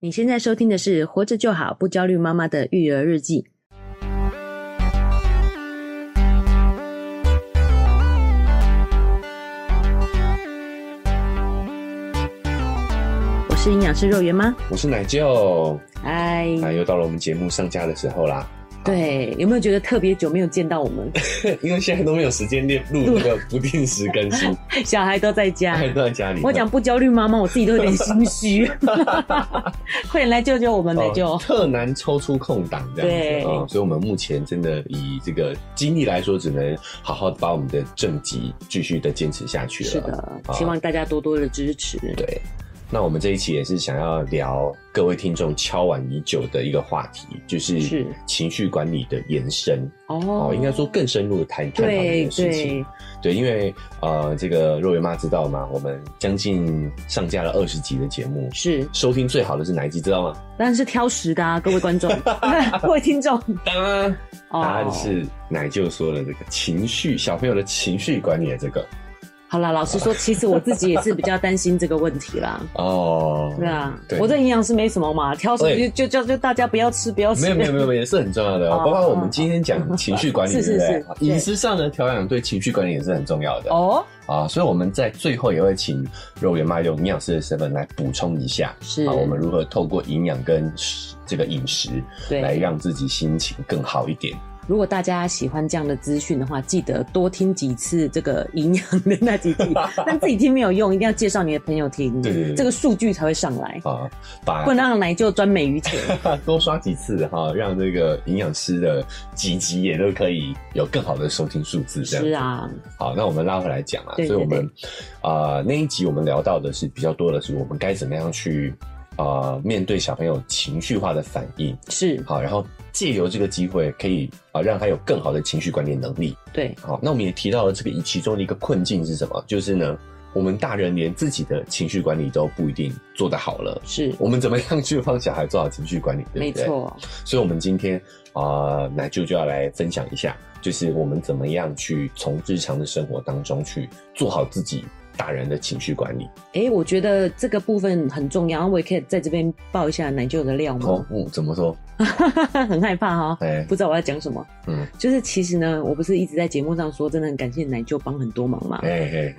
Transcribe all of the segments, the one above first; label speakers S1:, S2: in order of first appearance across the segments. S1: 你现在收听的是《活着就好不焦虑妈妈的育儿日记》。我是营养师肉圆妈，
S2: 我是奶舅，
S1: 嗨，
S2: 那又到了我们节目上架的时候啦。
S1: 对，有没有觉得特别久没有见到我 们？
S2: 因为现在都没有时间练录那个不定时更 新，
S1: 小孩都在家。
S2: 还都在家
S1: 啊
S2: 里。
S1: 我讲不焦虑妈妈，我自己都有点心 虚。 快点来救救我们，奶
S2: 哦
S1: 舅！
S2: 特难抽出空档这
S1: 对
S2: 样子哦，所以我们目前真的以这个精力来说，只能好好地把我们的正极继续的坚持下去了。
S1: 是的，
S2: 好
S1: 希望大家多多的支持。
S2: 对，那我们这一期也是想要聊各位听众敲碗已久的一个话题，就是
S1: 是
S2: 情绪管理的延伸
S1: 哦
S2: 哦，，应该说更深入的谈探讨这
S1: 对
S2: 件事情
S1: 对。，
S2: 对，因为呃，这个肉圆妈知道吗？我们将近上架了二十集的节目，
S1: 是，
S2: 收听最好的是哪一集？知道吗？
S1: 当然是挑食的啊，各位观 众、 各位听众。
S2: 当然，
S1: 哦
S2: 答案是奶舅说了这个情绪，小朋友的情绪管理的这个
S1: 好啦，老实说，其实我自己也是比较担心这个问题啦。
S2: 哦，
S1: 对啊，
S2: 对
S1: 我这营养师没什么嘛，挑食
S2: 对
S1: 就就就就大家不要吃，不要吃。
S2: 没有没有没有，也是很重要的哦。
S1: 哦
S2: 包括我们今天讲情绪管理，
S1: 是
S2: 对不对
S1: 是是
S2: 饮食上的调养对情绪管理也是很重要的
S1: 哦，
S2: 啊。所以我们在最后也会请肉圆妈用营养师的身份来补充一下
S1: 是
S2: 啊，我们如何透过营养跟食这个饮食来
S1: 对。
S2: 让自己心情更好一点。
S1: 如果大家喜欢这样的资讯的话，记得多听几次这个营养的那几 集，但自己听没有用，一定要介绍你的朋友听，
S2: 对对对
S1: 这个数据才会上来，
S2: 啊，
S1: 不
S2: 把
S1: 能让奶就赚美鱼钱。
S2: 多刷几次哈、让这个营养师的几集也都可以有更好的收听数字。 这样
S1: 是啊，
S2: 好，那我们拉回来讲啊，
S1: 对对
S2: 所以我们啊、呃那一集我们聊到的是比较多的是我们该怎么样去啊、呃面对小朋友情绪化的反应，
S1: 是
S2: 好，然后借由这个机会可以啊、让他有更好的情绪管理能力。
S1: 对，
S2: 好，那我们也提到了这个其中的一个困境是什么？就是呢，我们大人连自己的情绪管理都不一定做得好了。
S1: 是
S2: 我们怎么样去帮小孩做好情绪管理，对
S1: 没
S2: 不对？。
S1: 错，
S2: 所以，我们今天啊、呃奶舅就要来分享一下，就是我们怎么样去从日常的生活当中去做好自己大人的情绪管理。
S1: 诶，我觉得这个部分很重要，我也可以在这边爆一下奶舅的料
S2: 哦
S1: 吗？，
S2: 嗯，怎么说？
S1: 很害怕哈、
S2: 哎，
S1: 不知道我要讲什么。
S2: 嗯，
S1: 就是其实呢，我不是一直在节目上说，真的很感谢奶舅帮很多忙嘛，
S2: 哎啊哎，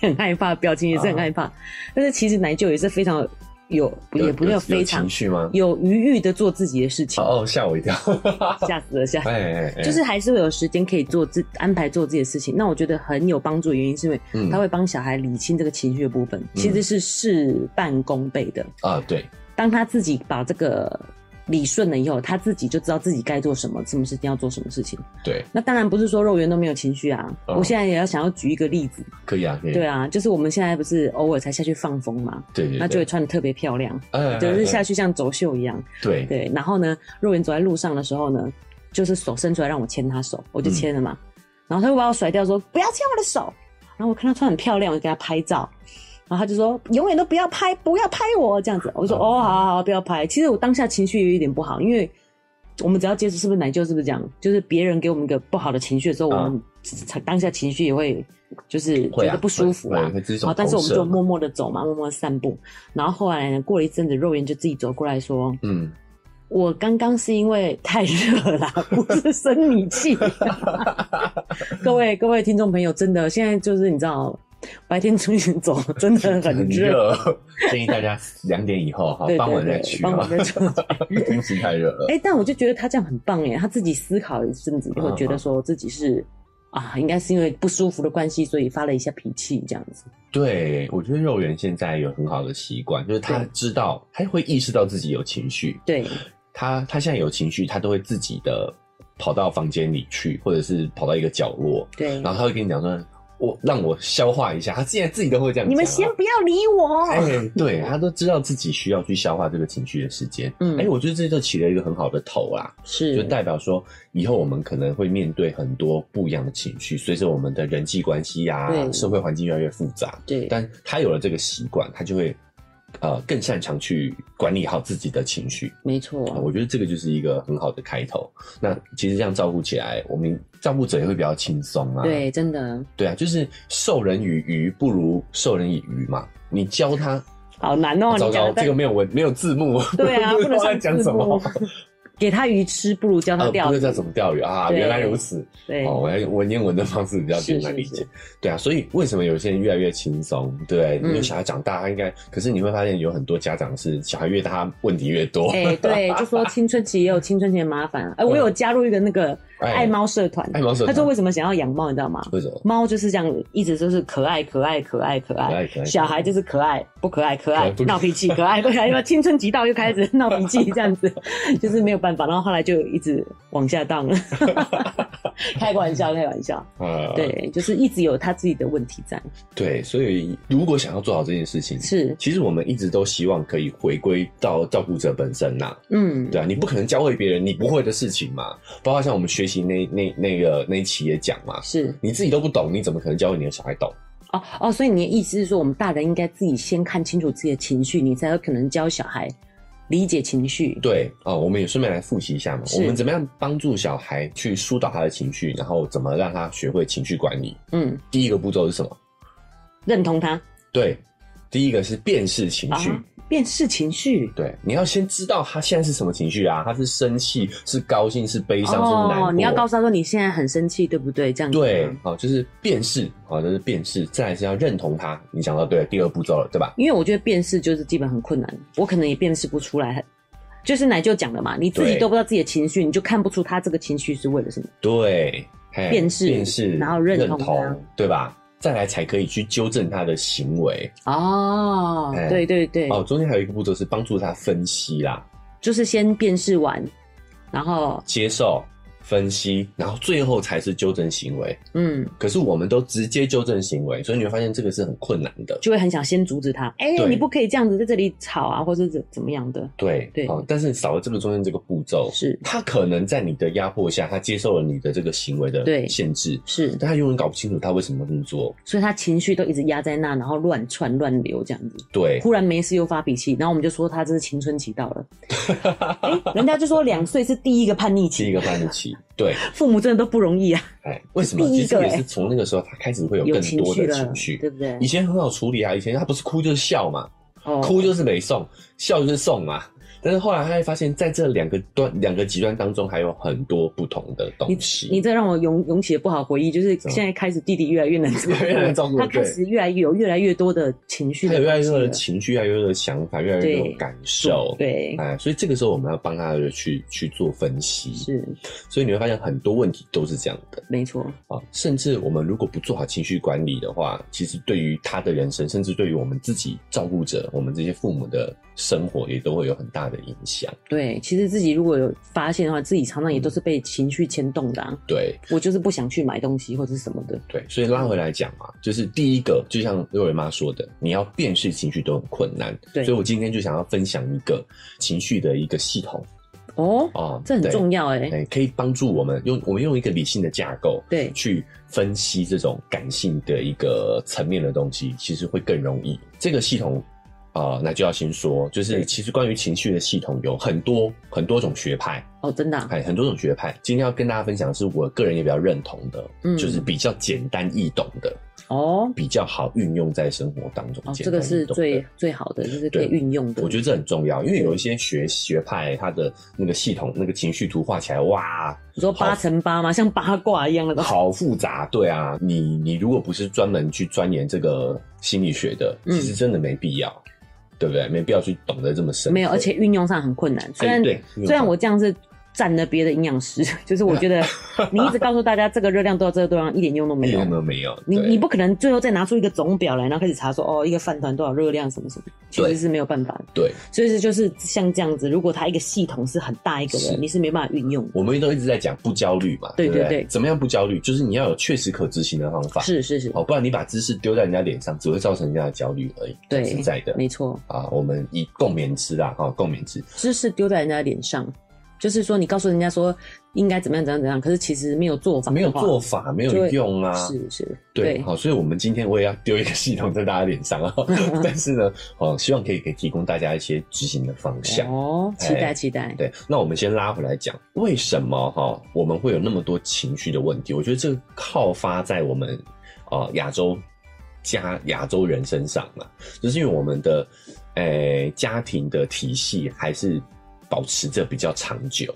S2: 哎
S1: 很害怕，表情也是很害怕。但是其实奶舅也是非常有，也不是非常
S2: 情绪吗？
S1: 有余裕的做自己的事情，
S2: 哦哦，吓我一跳。
S1: 吓死了，吓死了。
S2: 哎哎哎，
S1: 就是还是会有时间可以做自安排做自己的事情，那我觉得很有帮助。的原因是因为
S2: 嗯
S1: 他会帮小孩理清这个情绪的部分，其实是事半功倍的。
S2: 啊，对，
S1: 当他自己把这个理顺了以后，他自己就知道自己该做什么，什么事情要做什么事情。
S2: 对，
S1: 那当然不是说肉圆都没有情绪啊，
S2: 嗯
S1: 我现在也要想要举一个例子，
S2: 可以啊，可以。
S1: 对啊，就是我们现在不是偶尔才下去放风嘛，
S2: 对对，
S1: 那就
S2: 对
S1: 会穿的特别漂亮，
S2: 哎哎
S1: 就是
S2: 哎
S1: 下去像走秀一样，
S2: 对
S1: 对。然后呢，肉圆走在路上的时候呢，就是手伸出来让我牵他手，我就
S2: 嗯
S1: 牵了嘛，然后他就把我甩掉说不要牵我的手，然后我看他穿很漂亮，我就给他拍照。然后他就说：“永远都不要拍，不要拍我这样子。”我就说：“
S2: 嗯
S1: 哦，好好好，不要拍。”其实我当下情绪有一点不好，因为我们只要接触，是不是奶舅是不是这样？就是别人给我们一个不好的情绪的时候，
S2: 啊
S1: 我们当下情绪也会就是
S2: 会
S1: 觉
S2: 啊
S1: 得不舒服啦。
S2: 会会这是一种
S1: 好，但是我们
S2: 投射
S1: 就默默的走嘛，默默的散步。然后后来呢，过了一阵子，肉圆就自己走过来说
S2: 嗯，：“
S1: 我刚刚是因为太热 啦，不是生理气。”各位各位听众朋友，真的现在就是你知道，白天出去走真的 很热。，
S2: 建议大家两点以后哈
S1: 对，
S2: 傍
S1: 对
S2: 晚再
S1: 对，
S2: 去
S1: 帮
S2: 啊
S1: 我，再出去。
S2: 天气太热了。
S1: 哎、但我就觉得他这样很棒哎，他自己思考一阵子，就会觉得说自己是啊，应该是因为不舒服的关系，所以发了一下脾气这样子。
S2: 对，我觉得肉圆现在有很好的习惯，就是他
S1: 对
S2: 知道，他会意识到自己有情绪，
S1: 对，
S2: 他他现在有情绪，他都会自己的跑到房间里去，或者是跑到一个角落，
S1: 对
S2: 然，后他会跟你讲说，我让我消化一下，他现在自己都会这样讲啊。
S1: 你们先不要理我。
S2: 哎，对他都知道自己需要去消化这个情绪的时间。
S1: 嗯
S2: 哎，我觉得这就起了一个很好的头啊啦，就是代表说以后我们可能会面对很多不一样的情绪，随着我们的人际关系呀、
S1: 对
S2: 社会环境越来越复杂，
S1: 对，
S2: 但他有了这个习惯，他就会呃更擅长去管理好自己的情绪。
S1: 没
S2: 啊
S1: 错，
S2: 我觉得这个就是一个很好的开头。那其实这样照顾起来，我们照顾者也会比较轻松啊。
S1: 对，真的
S2: 对啊，就是授人以鱼不如授人以渔嘛。你教他
S1: 好难哦，
S2: 糟
S1: 你讲
S2: 糕
S1: 的，
S2: 这个没有文，没有字幕，
S1: 对啊， 不
S2: 不知道
S1: 能
S2: 在
S1: 上
S2: 讲
S1: 字
S2: 什么
S1: 幕。给他鱼吃，不如教他
S2: 呃，
S1: 钓
S2: 不
S1: 鱼。
S2: 知道怎么钓鱼啊，
S1: 对
S2: 原来如此。
S1: 对，
S2: 哦，我要用文言文的方式比较简单理
S1: 是是
S2: 解。对啊，所以为什么有些人越来越轻松？对，
S1: 嗯
S2: 你有小孩长大，他应该，可是你会发现有很多家长是小孩越大，他问题越多。
S1: 哎、 对，就说青春期也有青春期的麻烦、啊。哎、我有加入一个那个
S2: 哎
S1: 爱猫社团，
S2: 嗯爱猫社
S1: 他
S2: 团
S1: 说为什么想要养猫，你知道吗？
S2: 为什么？
S1: 猫就是这样，一直就是可爱可爱可爱可
S2: 可爱
S1: 爱
S2: 可爱，
S1: 啊小孩就是可爱不可爱可
S2: 可爱
S1: 爱
S2: 不可爱
S1: 闹脾气 可爱不可爱，因为青春期到又开始闹脾气这样子， 就是没有办法。然后后来就一直往下荡 了，开个玩笑开个玩笑，
S2: 呃，
S1: 对，就是一直有他自己的问题在，
S2: 对，所以如果想要做好这件事情，
S1: 是
S2: 其实我们一直都希望可以回归到照顾者本身呐、
S1: 嗯
S2: 对啊，你不可能教会别人你不会的事情嘛，包括像我们学习那那那个那一期也讲嘛，
S1: 是
S2: 你自己都不懂，你怎么可能教会你的小孩懂？
S1: 哦哦，所以你的意思是说，我们大人应该自己先看清楚自己的情绪，你才有可能教小孩理解情绪。
S2: 对啊、我们也顺便来复习一下嘛，
S1: 是
S2: 我们怎么样帮助小孩去疏导他的情绪，然后怎么让他学会情绪管理？
S1: 嗯，
S2: 第一个步骤是什么？
S1: 认同他
S2: 对，第一个是辨识情绪。
S1: 啊，辨识情绪。
S2: 对，你要先知道他现在是什么情绪啊？他是生气，是高兴，是悲伤，是难
S1: 哦，
S2: 过。
S1: 你要告诉他说你现在很生气，对不对？这样子吗
S2: 对，好、就是辨识，好、就是辨识，再来是要认同他。你讲到对了第二步骤了，对吧？
S1: 因为我觉得辨识就是基本很困难，我可能也辨识不出来。就是奶就讲的嘛，你自己
S2: 对
S1: 都不知道自己的情绪，你就看不出他这个情绪是为了什么。
S2: 对，嘿
S1: 辨识
S2: 辨识，
S1: 然后认同
S2: 同，
S1: 他
S2: 对吧？再来才可以去纠正他的行为。
S1: 哦，
S2: 哎
S1: 对对对，
S2: 哦，中间还有一个步骤是帮助他分析啦，
S1: 就是先辨识完，然后
S2: 接受、分析，然后最后才是纠正行为。
S1: 嗯，
S2: 可是我们都直接纠正行为，所以你会发现这个是很困难的。
S1: 就会很想先阻止他，哎、
S2: 对
S1: 你不可以这样子在这里吵啊，或者怎怎么样的，
S2: 对
S1: 对
S2: 哦，但是少了这个中间这个步骤，
S1: 是
S2: 他可能在你的压迫下，他接受了你的这个行为
S1: 对
S2: 的限制，
S1: 是，
S2: 但他永远搞不清楚他为什么这么做。
S1: 所以他情绪都一直压在那，然后乱窜乱流这样子，
S2: 对，
S1: 忽然没事又发脾气，然后我们就说他这是青春期到 了，哎、人家就说两岁是第一个叛逆
S2: 第一
S1: 期，
S2: 个叛逆期，对，
S1: 父母真的都不容易啊，
S2: 哎，为什么？
S1: 第一
S2: 其
S1: 个
S2: 实也
S1: 哎
S2: 是从那个时候，他开始 会有
S1: 有
S2: 更
S1: 情
S2: 多
S1: 绪
S2: 的
S1: 了，
S2: 情绪
S1: 对。不对
S2: 以？前很好处理啊，以前他不是哭就是笑嘛，
S1: 哦
S2: 哭就是没送，笑就是送嘛。但是后来他会发现，在这两个端两个极端当中，还有很多不同的东西。
S1: 你这让我涌涌起了不好回忆，就是
S2: 么
S1: 现在开始弟弟越来越难照
S2: 越来越照顾
S1: 顾，他开
S2: 对
S1: 始越来越有越来越多的情绪
S2: 他
S1: 的
S2: 有越
S1: 东
S2: 来越
S1: 西了，
S2: 多的情绪，越来越多的想法，越来越多
S1: 对
S2: 的感受。
S1: 对，
S2: 哎，所以这个时候我们要帮他去去做分析，
S1: 是
S2: 所以你会发现很多问题都是这样的
S1: 没错，
S2: 啊。甚至我们如果不做好情绪管理的话，其实对于他的人生，甚至对于我们自己照顾者，我们这些父母的生活，也都会有很大的影响。
S1: 对，其实自己如果有发现的话，自己常常也都是被情绪牵动的、啊。
S2: 对
S1: 我就是不想去买东西或者是什么的，
S2: 对，所以拉回来讲啊，就是第一个，就像瑞瑞妈说的，你要辨识情绪都很困难。
S1: 对
S2: 所以我今天就想要分享一个情绪的一个系统
S1: 哦，
S2: 啊，
S1: 这很
S2: 对
S1: 重要哎、
S2: 哎，可以帮助我们用我们用一个理性的架构，
S1: 对
S2: 去分析这种感性的一个层面的东西，其实会更容易。这个系统啊、呃那就要先说，就是
S1: 对
S2: 其实关于情绪的系统有很多很多种学派，
S1: 哦，真的啊、
S2: 哎，很多种学派。今天要跟大家分享的是我个人也比较认同的，
S1: 嗯
S2: 就是比较简单易懂的，
S1: 哦，
S2: 比较好运用在生活当中。
S1: 哦，
S2: 简
S1: 这
S2: 单
S1: 个
S2: 易
S1: 是
S2: 懂的
S1: 最最好的，就是可以
S2: 对
S1: 运用的。
S2: 我觉得这很重要，因为有一些学学派，它的那个系统、那个情绪图画起来，哇，
S1: 你说八乘八嘛，像八卦一样的东西，
S2: 好复杂，对啊，你你如果不是专门去钻研这个心理学的，
S1: 嗯
S2: 其实真的没必要，对不对？没必要去懂得这么深刻。
S1: 没有，而且运用上很困难。虽然、
S2: 哎对
S1: 虽然我这样是占了别的营养师， 就是我觉 得你一直告诉大家这个热量多少，这个热量一点用都没
S2: 一
S1: 有
S2: 点。都没有，
S1: 你
S2: 对
S1: 你不可能最后再拿出一个总表来，然后开始查说哦，一个饭团多少热量什么什么，其实
S2: 对
S1: 是没有办法的。
S2: 对，
S1: 所以这就是像这样子，如果它一个系统是很大一个的，
S2: 是
S1: 你是没办法运用的。
S2: 我们都一直在讲不焦虑嘛，
S1: 对
S2: 不对
S1: 对对
S2: 怎么样不焦虑？就是你要有确实可执行的方法，
S1: 是是是，
S2: 哦，不然你把知识丢在人家脸上，只会造成人家的焦虑而已。
S1: 对
S2: 实在的
S1: 没错，
S2: 啊，我们以共勉之啦，哈、共勉之。
S1: 知识丢在人家脸上，就是说你告诉人家说应该怎么样怎样怎样，可是其实没有做法，
S2: 没有做，法，没
S1: 就
S2: 有
S1: 会
S2: 用啊。
S1: 是是，
S2: 对，好，所以我们今天我也要丢一个系统在大家脸 上啊，但是呢，哦，希望可以给提供大家一些执行的方向。
S1: 哦，期待
S2: 哎
S1: 期待，
S2: 对，那我们先拉回来讲，为什么哈、我们会有那么多情绪的问题？我觉得这个靠发在我哦啊们呃亚洲家亚洲人身上嘛，就是因为我们的诶、家庭的体系还是保持着比较长久。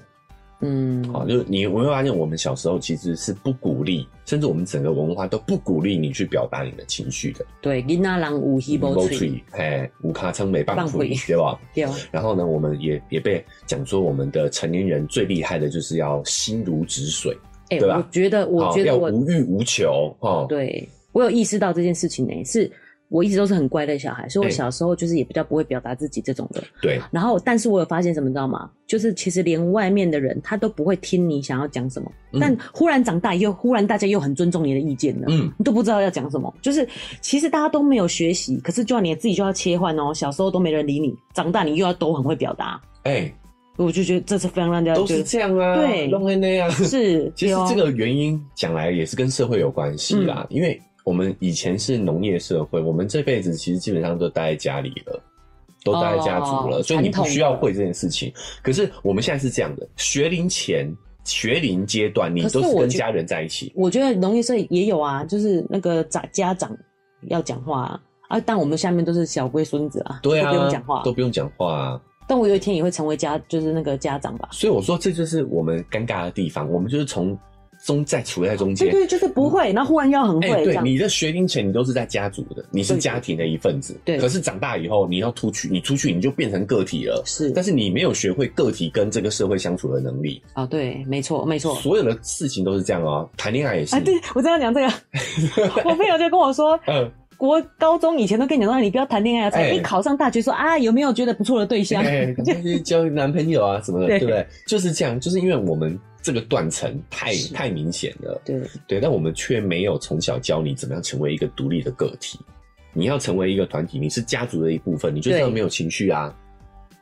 S1: 嗯，
S2: 好，就是你我会发现，我们小时候其实是不鼓励，甚至我们整个文化都不鼓励你去表达你的情绪的。
S1: 对，囡仔人有希望
S2: 无
S1: 吹，
S2: 嘴，哎，无卡称没办
S1: 放
S2: 法
S1: 屁，
S2: 对吧？
S1: 对啊，
S2: 然后呢，我们也也被讲说，我们的成年人最厉害的就是要心如止水，
S1: 哎、
S2: 对吧
S1: 我觉得，我
S2: 哦
S1: 觉
S2: 要
S1: 得我
S2: 无欲无求，哦，
S1: 对我有意识到这件事情呢、是我一直都是很乖的小孩，所以我
S2: 对
S1: 小时候就是也比较不会表达自己这种的。
S2: 对
S1: 然后，但是我有发现什么，你知道吗？就是其实连外面的人他都不会听你想要讲什么，
S2: 嗯
S1: 但忽然长大又忽然大家又很尊重你的意见了。
S2: 嗯，
S1: 你都不知道要讲什么，就是其实大家都没有学习，可是就要你自己就要切换哦。小时候都没人理你，长大你又要都很会表达，
S2: 哎、
S1: 我就觉得这是非常让大家
S2: 都
S1: 觉
S2: 是
S1: 得
S2: 这样 啊，
S1: 对
S2: 弄 成那样。
S1: 是。
S2: 其实
S1: 对哦
S2: 这个原因讲来也是跟社会有关系啦，
S1: 嗯
S2: 因为我们以前是农业社会，我们这辈子其实基本上都待在家里了。都待在家族了，
S1: 哦
S2: 所以你不
S1: 传
S2: 需要
S1: 统的
S2: 会这件事情。可是我们现在是这样的，学龄前、学龄阶段，你
S1: 可是
S2: 都是
S1: 我
S2: 跟
S1: 觉
S2: 家人在一起。
S1: 我觉得农业社也有啊，就是那个长家长要讲话啊，啊，但我们下面都是小龟孙子啊，
S2: 对啊，
S1: 都不用讲话
S2: 都。不用讲话啊。
S1: 但我有一天也会成为家，就是那个家长吧。
S2: 所以我说，这就是我们尴尬的地方，我们就是从中在处在中间
S1: 对。对，就是不会，然后忽然要很会
S2: 哎、
S1: 这
S2: 对，
S1: 样。
S2: 你的学龄前你都是在家族的，你是
S1: 对
S2: 家庭的一份子。
S1: 对
S2: 可是长大以后，你要出去，你出去你就变成个体了。
S1: 是
S2: 但是你没有学会个体跟这个社会相处的能力，
S1: 啊，对，没错，没错。
S2: 所有的事情都是这样哦、谈恋爱也是，
S1: 啊，对，我正要讲这个，我朋友就跟我说，
S2: 嗯，
S1: 国高中以前都跟你讲说，你不要谈恋爱啊，才
S2: 哎
S1: 一考上大学说啊，有没有觉得不错的对象？
S2: 哎，赶快去交男朋友啊什么的，
S1: 对
S2: 对不对？就是这样，就是因为我们这个断层太
S1: 是
S2: 太明显了，
S1: 对，
S2: 对，但我们却没有从小教你怎么样成为一个独立的个体。你要成为一个团体，你是家族的一部分，你就是
S1: 对
S2: 要没有情绪啊，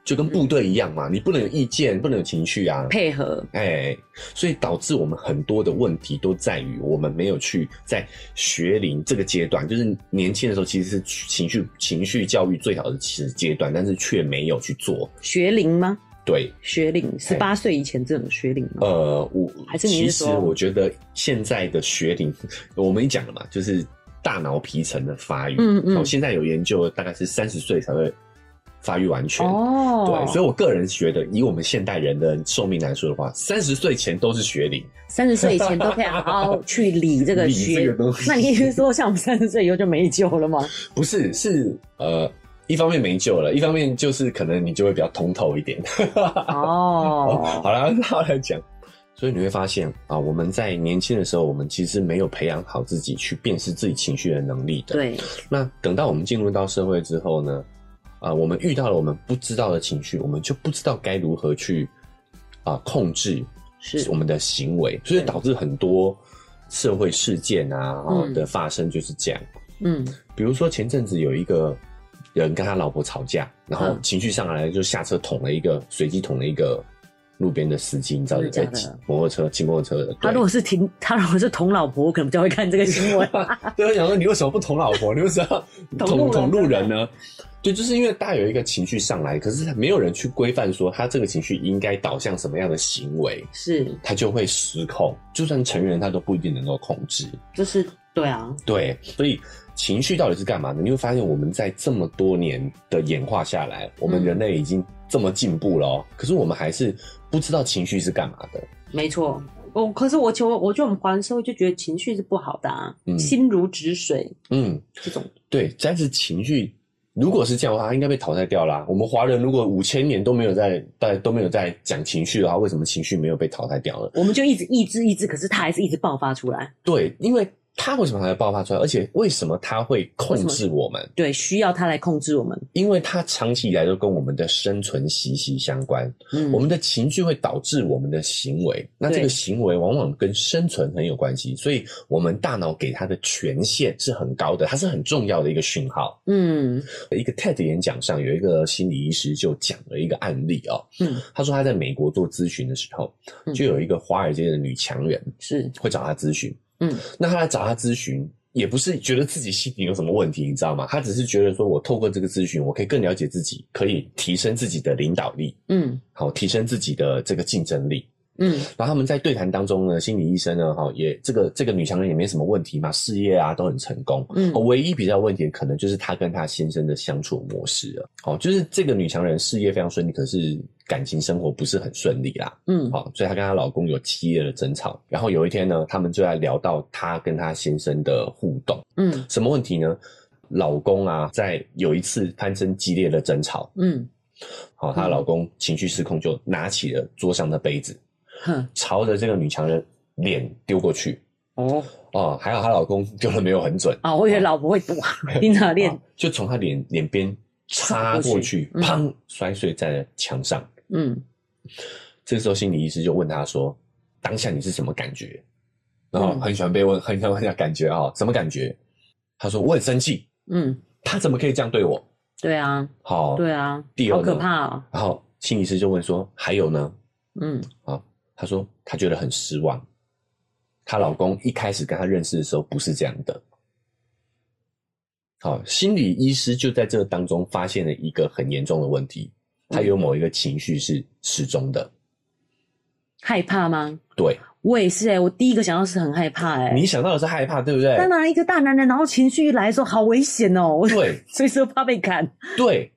S2: 就跟部队一样嘛，你不能有意见，不能有情绪啊。
S1: 配合
S2: 哎，所以导致我们很多的问题都在于我们没有去在学龄这个阶段，就是年轻的时候其实是情绪情绪教育最好的时阶段，但是却没有去做。
S1: 学龄吗？
S2: 对，
S1: 学龄十
S2: 哎
S1: 八岁以前这种学龄吗？
S2: 呃，我
S1: 还是你
S2: 其
S1: 是
S2: 实
S1: 说
S2: 我觉得现在的学龄， 我们讲了嘛，就是大脑皮层的发育，
S1: 嗯嗯
S2: 哦，现在有研究大概是三十岁才会发育完全。
S1: 哦，
S2: 对，所以我个人觉得，以我们现代人的寿命来说的话，三十岁前都是学龄。
S1: 三十岁以前都可以好 好去理这个
S2: 理
S1: 学，
S2: 这个东西
S1: 那你意思说像我们三十岁以后就没救 了吗？
S2: 不是，是呃，一方面没救了，一方面就是可能你就会比较通透一点。
S1: 哦，
S2: 好啦，那我来讲。所以你会发现啊，我们在年轻的时候，我们其实没有培养好自己去辨识自己情绪的能力的。。
S1: 对，
S2: 那等到我们进入到社会之后呢，啊、我们遇到了我们不知道的情绪，我们就不知道该如何去啊、控制
S1: 是
S2: 我们的行为，所以
S1: 对
S2: 导致很多社会事件啊、哦
S1: 嗯
S2: 的发生就是这样。
S1: 嗯，
S2: 比如说前阵子有一个人跟他老婆吵架，然后
S1: 嗯
S2: 情绪上来就下车捅了一个，随机捅了一个路边的司机，你知道
S1: 真的
S2: 在
S1: 假的
S2: 骑摩托车骑摩托车的。
S1: 他
S2: 对
S1: 如果是挺，他如果是捅老婆，我可能比较会看这个新 闻。
S2: 对，啊我想说你为什么不捅老婆？你为什么要
S1: 捅路人
S2: 捅捅路
S1: 真的
S2: 人呢？对，啊就是因为大家有一个情绪上来，可是没有人去规范说他这个情绪应该导向什么样的行为，
S1: 是，
S2: 他就会失控。就算成人，他都不一定能够控制。
S1: 就是对啊，
S2: 对，所以情绪到底是干嘛的？你会发现，我们在这么多年的演化下来，我们
S1: 嗯
S2: 人类已经这么进步了、哦，可是我们还是不知道情绪是干嘛的。
S1: 没错。我可是我求，我觉得我们华人社会就觉得情绪是不好的啊，
S2: 嗯
S1: 心如止水
S2: 嗯，
S1: 这种。
S2: 对，但是情绪如果是这样的话，应该被淘汰掉啦。我们华人如果五千年都没有在在都没有在讲情绪的话，为什么情绪没有被淘汰掉呢？
S1: 我们就一直抑制抑制，可是它还是一直爆发出来。
S2: 对，因为它为什么还会爆发出来？而且为什么它会控制我们？
S1: 对，需要它来控制我们。
S2: 因为它长期以来都跟我们的生存息息相关。
S1: 嗯，
S2: 我们的情绪会导致我们的行为，那这
S1: 对
S2: 个行为往往跟生存很有关系，所以我们大脑给它的权限是很高的，它是很重要的一个讯号。
S1: 嗯
S2: 一个 TED 演讲上有一个心理医师就讲了一个案例哦，
S1: 嗯
S2: 他说他在美国做咨询的时候，
S1: 嗯
S2: 就有一个华尔街的女强人
S1: 是
S2: 会找他咨询，
S1: 嗯
S2: 那他来找他咨询。也不是觉得自己心里有什么问题，你知道吗？他只是觉得说，我透过这个咨询，我可以更了解自己，可以提升自己的领导力。
S1: 嗯
S2: 好提升自己的这个竞争力。
S1: 嗯
S2: 然后他们在对谈当中呢，心理医生呢，哈，也这个这个女强人也没什么问题嘛，事业啊都很成功。
S1: 嗯
S2: 哦唯一比较有问题的可能就是她跟她先生的相处模式了。哦，就是这个女强人事业非常顺利，可是感情生活不是很顺利啦。
S1: 嗯
S2: 好、所以她跟她老公有激烈的争吵。然后有一天呢，他们就在聊到她跟她先生的互动，
S1: 嗯
S2: 什么问题呢？老公啊，在有一次攀升激烈的争吵，
S1: 嗯，
S2: 好、她
S1: 嗯
S2: 老公情绪失控，就拿起了桌上的杯子，
S1: 哼
S2: 朝着这个女强人脸丢过去。
S1: 哦
S2: 哦，还好她老公丢的没有很准，
S1: 啊，我以为老婆会 哇，经常练
S2: 啊，就从她脸脸边插过去，
S1: 插过去
S2: 砰，摔碎在了墙上。
S1: 嗯
S2: 这时候心理医师就问她说：“当下你是什么感觉？”然后
S1: 嗯
S2: 很喜欢被问，很喜欢问一下感觉啊、什么感觉？她说：“我很生气，
S1: 嗯，
S2: 他怎么可以这样对我
S1: 对啊？”
S2: 好、
S1: 对啊
S2: 第，二
S1: 好
S2: 呢
S1: 可怕哦，
S2: 然后心理医师就问说：“还有呢
S1: 嗯？”
S2: 她说：“她觉得很失望。”她老公一开始跟她认识的时候不是这样的。好，心理医师就在这当中发现了一个很严重的问题，她有某一个情绪是失踪的。
S1: 害怕吗？
S2: 对
S1: 我也是哎、我第一个想到是很害怕哎、
S2: 你想到的是害怕，对不对？
S1: 当然，一个大男人，然后情绪一来的时候，好危险哦！ 我
S2: 对
S1: 随时都怕被砍。
S2: 对，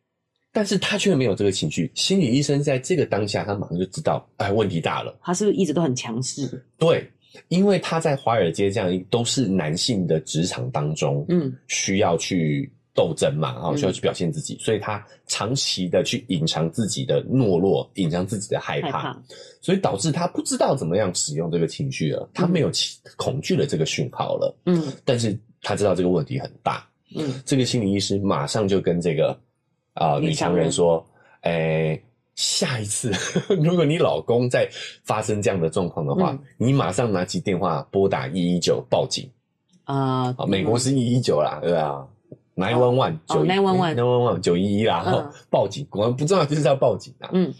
S2: 但是她却没有这个情绪。心理医生在这个当下，他马上就知道，哎，问题大了。
S1: 他是不是一直都很强势？
S2: 对，因为她在华尔街这样一都是男性的职场当中，
S1: 嗯
S2: 需要去斗争嘛，啊、
S1: 嗯
S2: 需要去表现自己，所以他长期的去隐藏自己的懦弱，隐藏自己的害怕，
S1: 害怕
S2: 所以导致他不知道怎么样使用这个情绪了，他没有其恐惧的这个讯号了，
S1: 嗯
S2: 但是他知道这个问题很大，
S1: 嗯
S2: 这个心理医师马上就跟这个啊、
S1: 女
S2: 女强
S1: 强
S2: 人
S1: 人
S2: 说，诶、下一次， 如果你老公再发生这样的状况的话，
S1: 嗯
S2: 你马上拿起电话拨打一一九报警。
S1: 啊、
S2: 啊，美国是一一九啦，对啊，nine one one
S1: 嗯哦
S2: 九
S1: 911
S2: nine one one 九一一啦，
S1: 嗯
S2: 哈报警，果然不重要就是要报警啊。
S1: 嗯，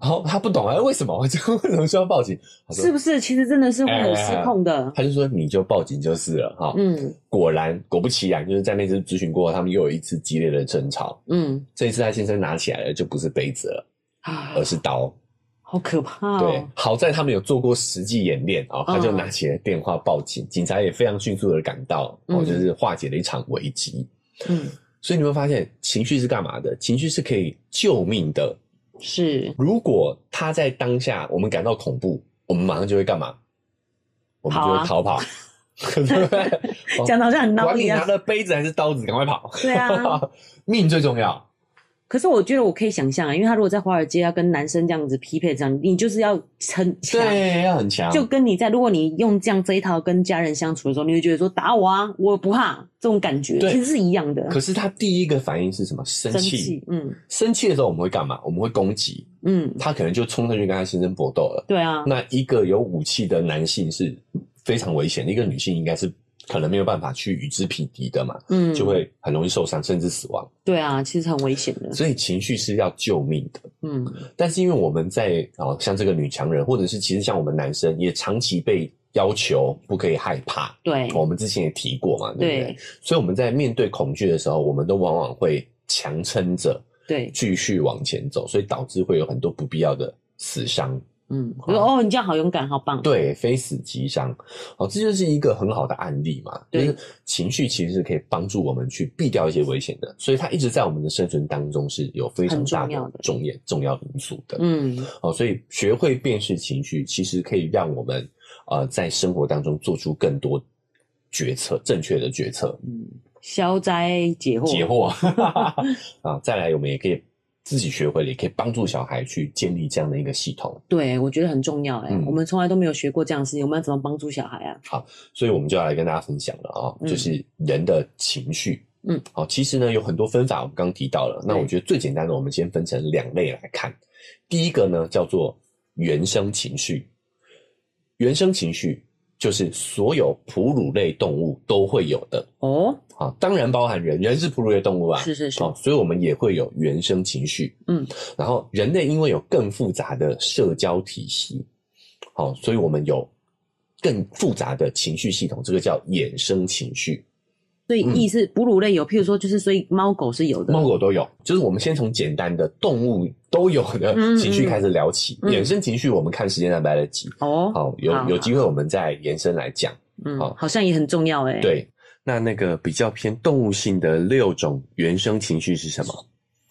S2: 然后他不懂啊，为什么 这个为什么需要报警？他说
S1: 是不是？其实真的是会有失控的。
S2: 他就说你就报警就是了哈。
S1: 嗯
S2: 果然果不其然，就是在那次咨询过后，他们又有一次激烈的争吵。
S1: 嗯
S2: 这一次他先生拿起来的就不是杯子了，
S1: 啊
S2: 而，是刀。
S1: 好可怕
S2: 对
S1: 哦！，
S2: 好在他们有做过实际演练啊，他就
S1: 嗯
S2: 拿起了电话报警，警察也非常迅速的赶到，哦，
S1: 嗯
S2: 就是化解了一场危机。
S1: 嗯，
S2: 所以你会发现，情绪是干嘛的？情绪是可以救命的。
S1: 是
S2: 如果他在当下我们感到恐怖，我们马上就会干嘛？我们就
S1: 跑
S2: 会
S1: 啊
S2: 逃跑， 对不对？哦
S1: 讲的好像很孬
S2: 管
S1: 一
S2: 你拿
S1: 样。
S2: 了杯子还是刀子，赶快跑！
S1: 对 啊，
S2: 命最重要。
S1: 可是我觉得我可以想象啊，因为他如果在华尔街要跟男生这样子匹配，这样你就是要很强。
S2: 对，要很强。
S1: 就跟你在，如果你用这样这一套跟家人相处的时候，你会觉得说打我啊，我不怕这种感觉，
S2: 对
S1: 其实是一样的。
S2: 可是他第一个反应是什么？生
S1: 生
S2: 气
S1: 气。，嗯
S2: 生气的时候我们会干嘛？我们会攻击。
S1: 嗯，
S2: 他可能就冲上去跟他先生搏斗了。
S1: 对啊，
S2: 那一个有武器的男性是非常危险的，一个女性应该是可能没有办法去与之匹敌的嘛，
S1: 嗯，
S2: 就会很容易受伤甚至死亡。
S1: 对啊，其实很危险的，
S2: 所以情绪是要救命的，
S1: 嗯
S2: 但是因为我们在哦，像这个女强人，或者是其实像我们男生，也长期被要求不可以害怕。
S1: 对
S2: 我们之前也提过嘛，对不对？
S1: 对
S2: 所以我们在面对恐惧的时候，我们都往往会强撑着
S1: 对，
S2: 继续往前走，所以导致会有很多不必要的死伤。
S1: 嗯，我说哦，你这样好勇敢，好棒，
S2: 对，非死即伤。哦，这就是一个很好的案例嘛。就
S1: 对
S2: 是情绪其实是可以帮助我们去避掉一些危险的，所以它一直在我们的生存当中是有非常
S1: 很重
S2: 大的
S1: 要的
S2: 重要重要因素的。
S1: 嗯
S2: 哦，所以学会辨识情绪，其实可以让我们呃在生活当中做出更多决策，正确的决策，
S1: 嗯，消灾解惑，
S2: 解惑 啊。再来，我们也可以自己学会了，也可以帮助小孩去建立这样的一个系统。
S1: 对我觉得很重要哎、
S2: 嗯
S1: 我们从来都没有学过这样的事情，我们要怎么帮助小孩啊？
S2: 所以我们就要来跟大家分享了啊、
S1: 嗯
S2: 就是人的情绪。
S1: 嗯，
S2: 好、其实呢有很多分法，我们刚刚提到了。那
S1: 对
S2: 我觉得最简单的，我们先分成两类来看。第一个呢叫做原生情绪，原生情绪就是所有哺乳类动物都会有的
S1: 哦，
S2: 啊、当然包含人，人是哺乳类动物啊，
S1: 是是是，
S2: 哦，所以我们也会有原生情绪，
S1: 嗯，
S2: 然后人类因为有更复杂的社交体系，好、所以我们有更复杂的情绪系统，这个叫衍生情绪。
S1: 所以
S2: 嗯
S1: 意是哺乳类有，譬如说就是所以猫狗是有的。
S2: 猫狗都有，就是我们先从简单的动物都有的
S1: 嗯
S2: 情绪开始聊起。
S1: 嗯
S2: 衍生情绪我们看时间蛋白的集，
S1: 哦，
S2: 好，有
S1: 好
S2: 有机会我们再延伸来讲。
S1: 嗯
S2: 好，
S1: 好像也很重要哎、，
S2: 对，那那个比较偏动物性的六种原生情绪是什么？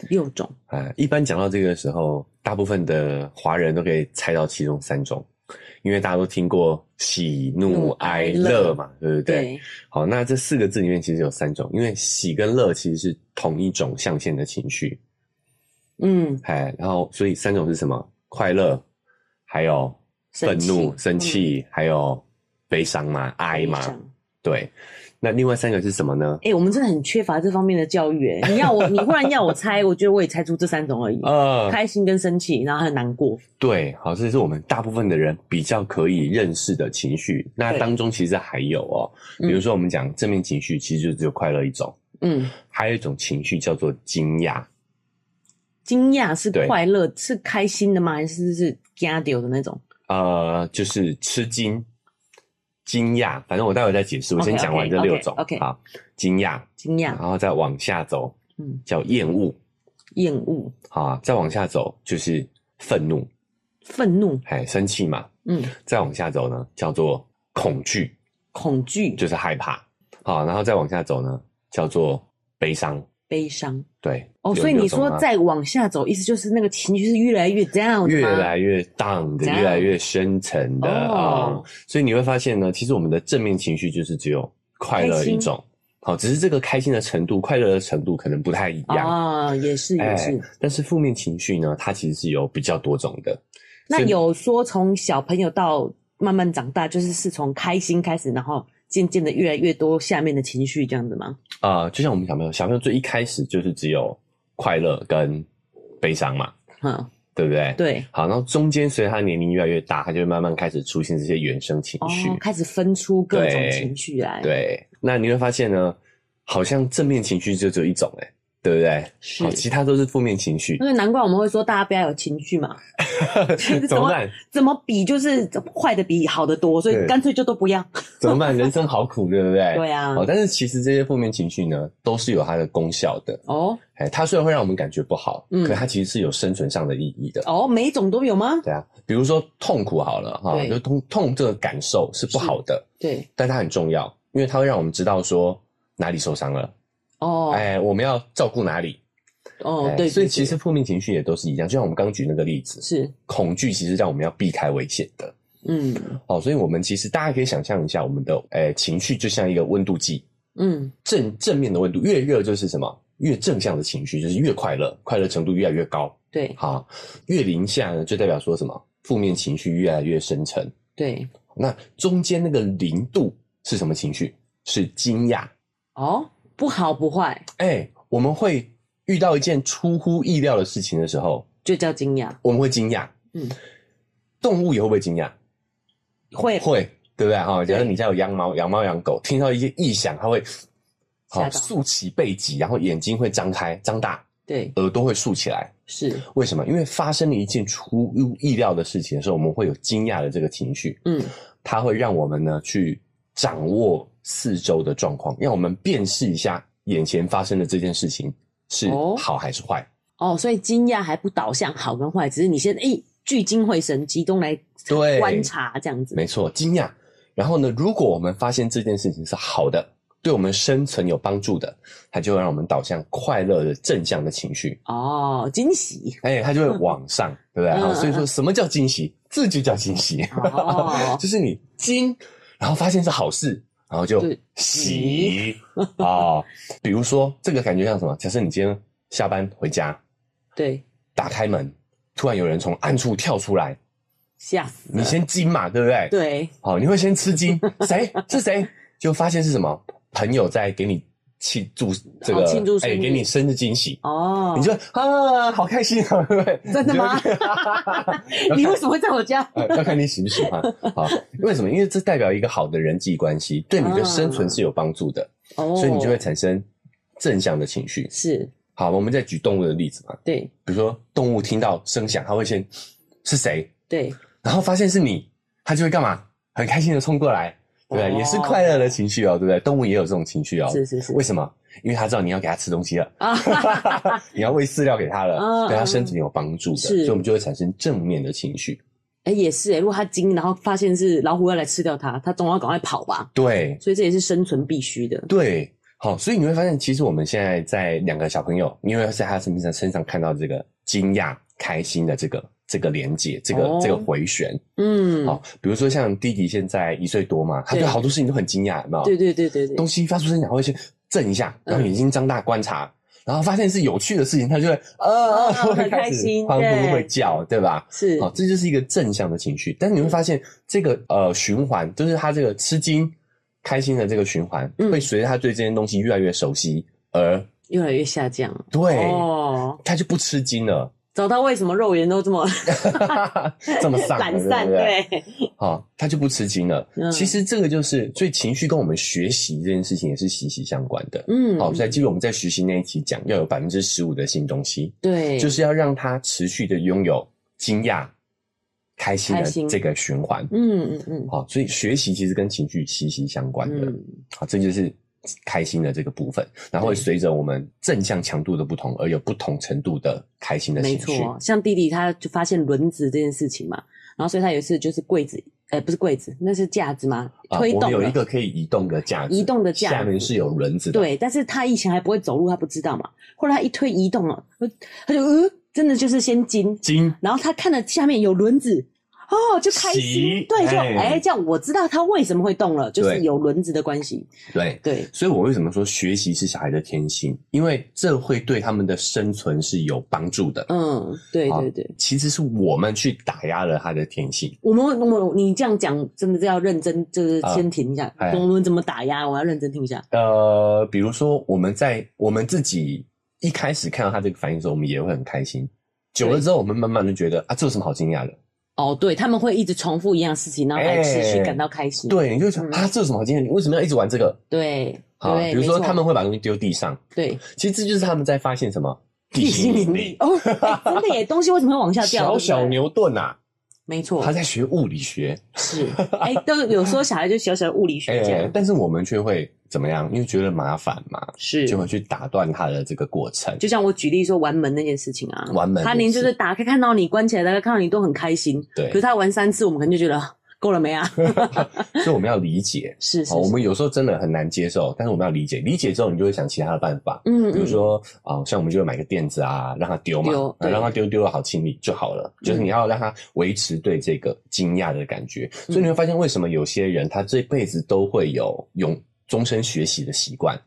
S1: 六种
S2: 啊，一般讲到这个时候，大部分的华人都可以猜到其中三种，因为大家都听过喜怒
S1: 怒
S2: 哀
S1: 哀乐
S2: 乐嘛，对不对？好，那这四个字里面其实有三种，因为喜跟乐其实是同一种象限的情绪，
S1: 嗯，
S2: 哎，然后所以三种是什么？快乐，还有愤
S1: 生气
S2: 怒、生气，还有悲伤嘛、哀嘛
S1: 以，上
S2: 对。那另外三个是什么呢？
S1: 哎、我们真的很缺乏这方面的教育、 欸。你要我，你忽然要我猜，我觉得我也猜出这三种而已。
S2: 呃，
S1: 开心跟生气，然后还有难过。
S2: 对，好，这是我们大部分的人比较可以认识的情绪。那
S1: 对
S2: 当中其实还有哦，比
S1: 嗯
S2: 如说我们讲正面情绪，其实就只有快乐一种，
S1: 嗯，
S2: 还有一种情绪叫做惊讶。
S1: 惊讶是
S2: 对
S1: 快乐，是开心的吗？还是是惊掉的那种？
S2: 呃，就是吃惊、惊讶，反正我待会再解释。我先
S1: OK，OK，
S2: 讲完这六种
S1: OK，OK
S2: 好，惊讶，
S1: 惊
S2: 然
S1: 讶、
S2: 后再往下走，
S1: 嗯，
S2: 叫厌恶，
S1: 厌恶、
S2: 啊，再往下走就是愤怒，
S1: 愤怒，
S2: 哎，生气嘛，
S1: 嗯，
S2: 再往下走呢叫做恐惧，
S1: 恐惧、
S2: 就是害怕，好，然后再往下走呢叫做悲伤，
S1: 悲伤。
S2: 对，
S1: 哦，
S2: 有
S1: 所以
S2: 六
S1: 你
S2: 种
S1: 说
S2: 啊吗
S1: 再往下走，意思就是那个情绪是越来越 down 的吗
S2: 越来越 down 的，
S1: 怎样
S2: 越来越深层的啊、
S1: 哦
S2: 所以你会发现呢，其实我们的正面情绪就是只有快乐一种，好，只是这个开心的程度、快乐的程度可能不太一样。哎
S1: 啊，也是也是。
S2: 但是负面情绪呢，它其实是有比较多种的。
S1: 那
S2: 所以
S1: 有说从小朋友到慢慢长大，就是是从开心开始，然后渐渐的越来越多下面的情绪这样子吗？
S2: 啊、就像我们小朋友，小朋友最一开始就是只有快乐跟悲伤嘛，
S1: 嗯，
S2: 对不对？。
S1: 对。
S2: 好，然后中间随着他年龄越来越大，他就会慢慢开始出现这些原生情
S1: 哦
S2: 绪。，
S1: 开始分出各种
S2: 对
S1: 情绪来，，
S2: 对，那你会发现呢，好像正面情绪就只有一种、欸，对不对？
S1: 是
S2: 好，其他都是负面情绪，
S1: 所以难怪我们会说大家不要有情绪嘛，
S2: 怎么办？
S1: 嗯怎么比就是坏的比好的多，所以
S2: 对
S1: 干脆就都不要。
S2: 怎么办？人生好苦，对不对？
S1: 对啊
S2: 好，，但是其实这些负面情绪呢，都是有它的功效的。
S1: 哦
S2: 哎，它虽然会让我们感觉不好，
S1: 嗯
S2: 可它其实是有生存上的意义的。
S1: 哦，每一种都有吗？
S2: 对啊，比如说痛苦好了哈，
S1: 对
S2: 就痛痛这个感受是不好的，
S1: 对，
S2: 但它很重要，因为它会让我们知道说哪里受伤了，
S1: 哦
S2: 哎，我们要照顾哪里。
S1: 哦，
S2: 哎
S1: 对，对
S2: 所以
S1: 对
S2: 其实负面情绪也都是一样，就像我们刚刚举那个例子，
S1: 是，
S2: 恐惧其实让我们要避开危险的。
S1: 嗯
S2: 哦，所以我们其实大家可以想象一下，我们的诶、呃情绪就像一个温度计，
S1: 嗯，
S2: 正正面的温度越热就是什么？越正向的情绪就是越快乐，快乐程度越来越高。
S1: 对
S2: 好，越零下呢，就代表说什么？负面情绪越来越深沉。
S1: 对，
S2: 那中间那个零度是什么情绪？是惊讶。
S1: 哦，不好不坏
S2: 哎、我们会遇到一件出乎意料的事情的时候，
S1: 就叫惊讶，
S2: 我们会惊讶。
S1: 嗯，
S2: 动物也会不会惊讶？
S1: 会
S2: 会，对不对？哈、假如
S1: 对
S2: 你家有养猫、养猫、养狗，听到一些异响，它会
S1: 吓
S2: 好、
S1: 到
S2: 竖起背脊，然后眼睛会张开、张大，
S1: 对
S2: 耳朵会竖起来。
S1: 是，
S2: 为什么？因为发生了一件出乎意料的事情的时候，我们会有惊讶的这个情绪，
S1: 嗯
S2: 它会让我们呢去掌握四周的状况，让我们辨识一下眼前发生的这件事情是
S1: 哦
S2: 好还是坏。
S1: 哦，所以惊讶还不导向好跟坏，只是你先诶聚精会神集中来
S2: 对
S1: 观察这样子，
S2: 没错，惊讶。然后呢，如果我们发现这件事情是好的，对我们生存有帮助的，它就会让我们导向快乐的正向的情绪，
S1: 哦，惊喜。
S2: 哎，它就会往上，对不对？
S1: 嗯
S2: 好，
S1: 嗯
S2: 所以说什么叫惊喜？这就叫惊喜，
S1: 哦
S2: 就是你惊，然后发现是好事，然后就
S1: 对
S2: 喜啊、比如说这个感觉像什么？假设你今天下班回家，
S1: 对，
S2: 打开门，突然有人从暗处跳出来，
S1: 吓死了
S2: 你先惊嘛，对不对？
S1: 对
S2: 好，你会先吃惊，谁是谁？就发现是什么朋友在给你庆祝这个，
S1: 哦庆祝生
S2: 哎、
S1: 日
S2: 给你生日惊喜，
S1: 哦，
S2: 你就啊，好开心啊，对不对？
S1: 真的吗
S2: 你就 会？
S1: 你为什么会在我家？
S2: 呃要看你喜不喜欢。好，为什么？因为这代表一个好的人际关系，对你的生存是有帮助的，
S1: 啊哦，
S2: 所以你就会产生正向的情绪。
S1: 是
S2: 好，我们再举动物的例子嘛，
S1: 对
S2: 比如说动物听到声响，它会先是谁，
S1: 对
S2: 然后发现是你，它就会干嘛？很开心的冲过来，对，
S1: 哦
S2: 也是快乐的情绪哦，对不对？动物也有这种情绪哦。
S1: 是是 是
S2: 为什么？因为它知道你要给它吃东西了，
S1: 啊，
S2: 你要喂饲料给它了，
S1: 嗯
S2: 对它
S1: 嗯
S2: 身体有帮助的，
S1: 是
S2: 所以我们就会产生正面的情绪。
S1: 哎、也是哎、如果它惊，然后发现是老虎要来吃掉它，它总要赶快跑吧，
S2: 对
S1: 所以这也是生存必须的。
S2: 对，好，所以你会发现，其实我们现在在两个小朋友，你会在他身上身上看到这个惊讶、开心的这个这个连接，这个、
S1: 哦
S2: 这个回旋。
S1: 嗯，
S2: 好，比如说像弟弟现在一岁多嘛，他对
S1: 对
S2: 好多事情都很惊讶，有没有？
S1: 对对对对对
S2: 东，西发出声响会先震一下，然后
S1: 嗯
S2: 眼睛张大观察，然后发现是有趣的事情，他就会呃呃，
S1: 啊
S2: 会
S1: 很
S2: 开
S1: 开
S2: 始
S1: 心
S2: 欢呼
S1: 对
S2: 会叫，对吧？
S1: 是
S2: 好、这就是一个正向的情绪。但是你会发现，这个呃循环，就是他这个吃惊、开心的这个循环，
S1: 嗯
S2: 会随着他对这件东西越来越熟悉，而
S1: 越来越下降。
S2: 对、
S1: 哦，
S2: 他就不吃惊了，
S1: 找到为什么肉圆都这么
S2: 这么丧了，
S1: 懒
S2: 对不
S1: 散，
S2: 对？
S1: 对，
S2: 好、他就不吃惊了。
S1: 嗯
S2: 其实这个就是，所以情绪跟我们学习这件事情也是息息相关的。
S1: 嗯，
S2: 好、所以记得我们在学习那一期讲，要有百分之十五的新东西，
S1: 对，
S2: 就是要让他持续的拥有惊讶、开心
S1: 开
S2: 的
S1: 心
S2: 这个循环。
S1: 嗯嗯嗯
S2: 好，所以学习其实跟情绪息息相关的，
S1: 嗯，
S2: 好，这就是开心的这个部分，然后会
S1: 对
S2: 随着我们正向强度的不同，而有不同程度的开心的
S1: 没
S2: 情绪。
S1: 错。像弟弟他就发现轮子这件事情嘛，然后所以他有一次就是柜子，呃，不是柜子，那是架子嘛，推
S2: 啊我们
S1: 动
S2: 有
S1: 了
S2: 一个可以移动的架子，
S1: 移动的架子
S2: 下面是有轮子的，
S1: 对，但是他以前还不会走路，他不知道嘛。后来他一推移动了，他他就呃，真的就是先惊，
S2: 金
S1: 然后他看了下面有轮子，哦，就开
S2: 喜
S1: 心，对，就
S2: 哎
S1: 哎、这样我知道他为什么会动了，就
S2: 对
S1: 是有轮子的关系，
S2: 对。
S1: 对，
S2: 所以我为什么说学习是小孩的天性？因为这会对他们的生存是有帮助的。
S1: 嗯，对
S2: 好
S1: 对对。
S2: 其实是我们去打压了他的天性。
S1: 我们我们你这样讲，真的是要认真，就是
S2: 啊
S1: 先停一下。
S2: 哎
S1: 我们怎么打压？我要认真听一下。
S2: 呃，比如说我们在我们自己一开始看到他这个反应的时候，我们也会很开心。久了之后，我们慢慢就觉得啊，这有什么好惊讶的？
S1: 哦，对他们会一直重复一样事情，然后还持续
S2: 哎
S1: 感到开心。
S2: 对，你就会想
S1: 嗯
S2: 啊，这有什么好惊讶的？你为什么要一直玩这个？
S1: 对
S2: 啊，
S1: 对，
S2: 比如说
S1: 没错
S2: 他们会把东西丢地上，
S1: 对
S2: 其实这就是他们在发现 什么地心引力。
S1: 哦，哎真的耶，东西为什么会往下 掉？对哦
S2: 小
S1: 不对
S2: 小，牛顿呐、
S1: 没错
S2: 他，在学物理学，
S1: 是哎， 都有时候小孩就小小的物理学
S2: 哎、
S1: 家，
S2: 但是我们却会怎么样？因为觉得麻烦嘛，
S1: 是
S2: 就会去打断他的这个过程。
S1: 就像我举例说玩门那件事情啊，
S2: 玩门
S1: 他连就是打开看到你，关起来大家看到你都很开心，
S2: 对
S1: 可是，他玩三次，我们可能就觉得啊够了没 啊？
S2: 所以我们要理解，
S1: 是是
S2: 好，，我
S1: 是
S2: 们有时候真的很难接受，但是我们要理解，理解之后你就会想其他的办法，
S1: 嗯，
S2: 比如
S1: 嗯
S2: 说啊、像我们就会买个垫子啊，让它丢嘛，
S1: 丢
S2: 啊
S1: 对嗯
S2: 让它丢丢了好清理就好了。就是你要让它维持对这个惊讶的感觉，
S1: 嗯
S2: 所以你会发现为什么有些人他这辈子都会有永终身学习的习惯。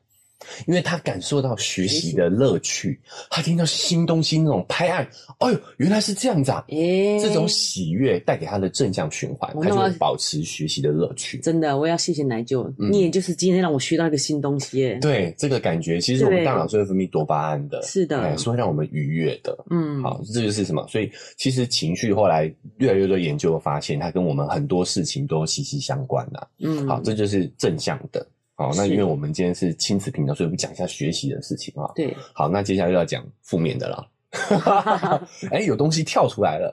S2: 因为他感受到学
S1: 学
S2: 习
S1: 习
S2: 的乐趣，他听到新东西那种拍案，哎呦，原来是这样子啊！
S1: 哎，
S2: 这种喜悦带给他的正向循环，
S1: 我
S2: 他
S1: 那
S2: 就
S1: 么
S2: 会保持学习的乐趣。
S1: 真的，我要谢谢奶舅，
S2: 嗯
S1: 你也就是今天让我学到一个新东西耶。
S2: 对这个感觉，其实我们
S1: 对
S2: 大脑是会分泌多巴胺的，
S1: 是的
S2: 哎是会让我们愉悦的。
S1: 嗯，
S2: 好，这就是什么？所以其实情绪后来越来越多研究发现，它跟我们很多事情都息息相关呐、
S1: 嗯，
S2: 好，这就是正向的。好，那
S1: 是
S2: 因为我们今天是亲子频道，所以我们讲一下学习的事情啊。
S1: 对，
S2: 好，那接下来又要讲负面 的了。哎，有东西跳出来了，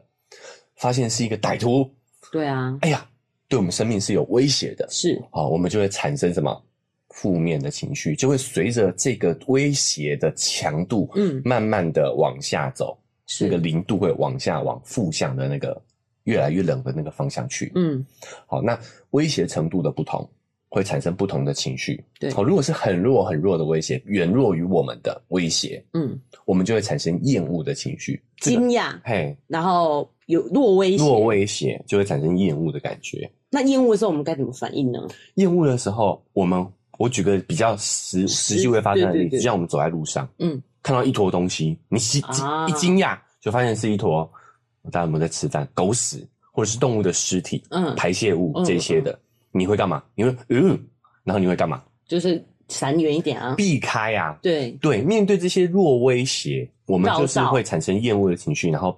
S2: 发现是一个歹徒。
S1: 对啊，
S2: 哎呀，对我们生命是有威胁的。
S1: 是，
S2: 好，我们就会产生什么负面的情绪，就会随着这个威胁的强度，
S1: 嗯，
S2: 慢慢的往下走，
S1: 是
S2: 那个零度会往下往负向的那个越来越冷的那个方向去。
S1: 嗯，
S2: 好，那威胁程度的不同，会产生不同的情绪。
S1: 对
S2: 好，如果是很弱很弱的威胁，远弱于我们的威胁，
S1: 嗯，
S2: 我们就会产生厌恶的情绪。这个
S1: 惊讶，
S2: 嘿，
S1: 然后有若威胁，
S2: 弱威胁就会产生厌恶的感觉。
S1: 那厌恶的时候我们该怎么反应呢？
S2: 厌恶的时候，我们我举个比较实
S1: 实
S2: 实际会发生的
S1: 对对
S2: 例子，
S1: 对
S2: 就像我们走在路上，
S1: 嗯，
S2: 看到一坨东西，你惊
S1: 啊
S2: 一惊讶就发现是一坨，大家有没有在吃饭？狗屎或者是动物的尸体、
S1: 嗯
S2: 排泄物
S1: 嗯
S2: 这些的，你会干嘛？你会嗯，然后你会干嘛？
S1: 就是闪远一点啊，
S2: 避开啊！
S1: 对，
S2: 对，面对这些弱威胁，我们
S1: 绕
S2: 就是
S1: 道
S2: 会产生厌恶的情绪，然后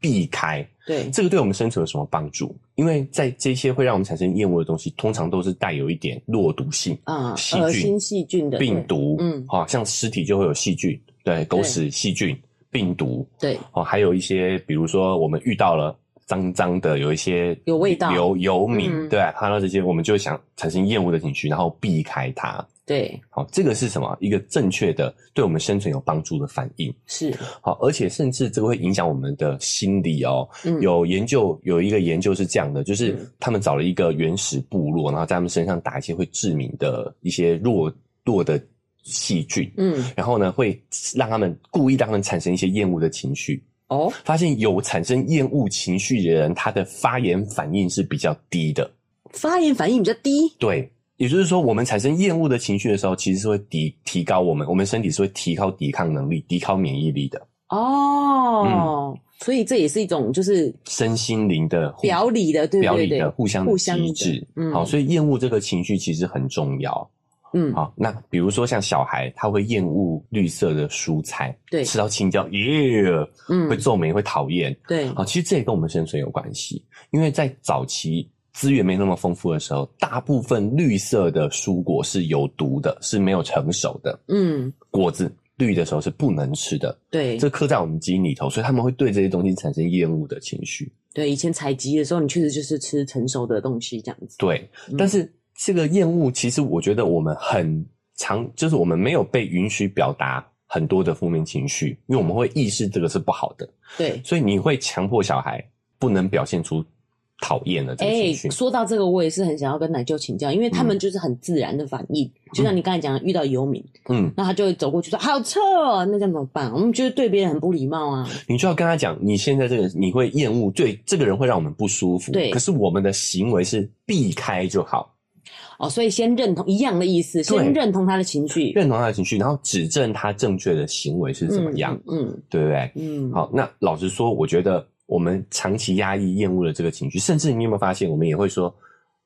S2: 避开。
S1: 对，
S2: 这个对我们生存有什么帮助？因为在这些会让我们产生厌恶的东西，通常都是带有一点弱毒性
S1: 啊
S2: 细，
S1: 恶
S2: 菌
S1: 心细菌的
S2: 病，毒，
S1: 嗯
S2: 好、像尸体就会有细菌，对，狗
S1: 对
S2: 屎细菌、病毒，
S1: 对，
S2: 哦，还有一些，比如说我们遇到了脏脏的，有一些
S1: 有味道
S2: 油油敏，
S1: 嗯
S2: 对、啊，看到这些我们就会想产生厌恶的情绪，然后避开它。
S1: 对，
S2: 好，这个是什么？一个正确的对我们生存有帮助的反应。
S1: 是，
S2: 好，而且甚至这个会影响我们的心理哦。
S1: 嗯，
S2: 有研究有一个研究是这样的，就是
S1: 嗯
S2: 他们找了一个原始部落，然后在他们身上打一些会致敏的一些弱弱的细菌，
S1: 嗯，
S2: 然后呢会让他们故意让他们产生一些厌恶的情绪。
S1: 哦，
S2: 发现有产生厌恶情绪的人，他的发炎反应是比较低的。
S1: 发炎反应比较低，
S2: 对，也就是说，我们产生厌恶的情绪的时候，其实是会提提高我们我们身体是会提高抵抗能力、提高免疫力的，
S1: 哦，
S2: 嗯
S1: 所以这也是一种就是
S2: 身心灵的互
S1: 表里的，对
S2: 表
S1: 不对
S2: 里
S1: 对，
S2: 的互相的
S1: 互相
S2: 机
S1: 的
S2: 制。
S1: 嗯
S2: 好，所以厌恶这个情绪其实很重要。
S1: 嗯，
S2: 好，那比如说像小孩，他会厌恶绿色的蔬菜，
S1: 对
S2: 吃到青椒，耶、
S1: 嗯
S2: 会，皱眉，会讨厌。
S1: 对，
S2: 好，其实这也跟我们生存有关系，因为在早期资源没那么丰富的时候，大部分绿色的蔬果是有毒的，是没有成熟的
S1: 嗯，
S2: 果子。绿的时候是不能吃的，
S1: 对，
S2: 这刻在我们基因里头，所以他们会对这些东西产生厌恶的情绪。
S1: 对，以前采集的时候，你确实就是吃成熟的东西这样子，
S2: 对，
S1: 嗯
S2: 但是这个厌恶，其实我觉得我们很常，就是我们没有被允许表达很多的负面情绪，因为我们会意识这个是不好的，
S1: 对。
S2: 所以你会强迫小孩不能表现出讨厌的这个
S1: 哎、
S2: 情绪。
S1: 说到这个，我也是很想要跟奶舅请教，因为他们就是很自然的反应，就像你刚才讲的，遇到游民，
S2: 嗯，
S1: 那他就会走过去说：“好臭哦！”那这样怎么办？我们就是对别人很不礼貌啊。
S2: 你就要跟他讲，你现在这个你会厌恶，对这个人会让我们不舒服。
S1: 对
S2: 可是我们的行为是避开就好，
S1: 哦，所以先认同一样的意思，
S2: 对
S1: 先认同他的情绪
S2: 认同他的情绪，然后指正他正确的行为是怎么样，？
S1: 嗯
S2: 对不对？
S1: 嗯，嗯，
S2: 好，那老实说，我觉得我们长期压抑厌恶的这个情绪，甚至你有没有发现，我们也会说，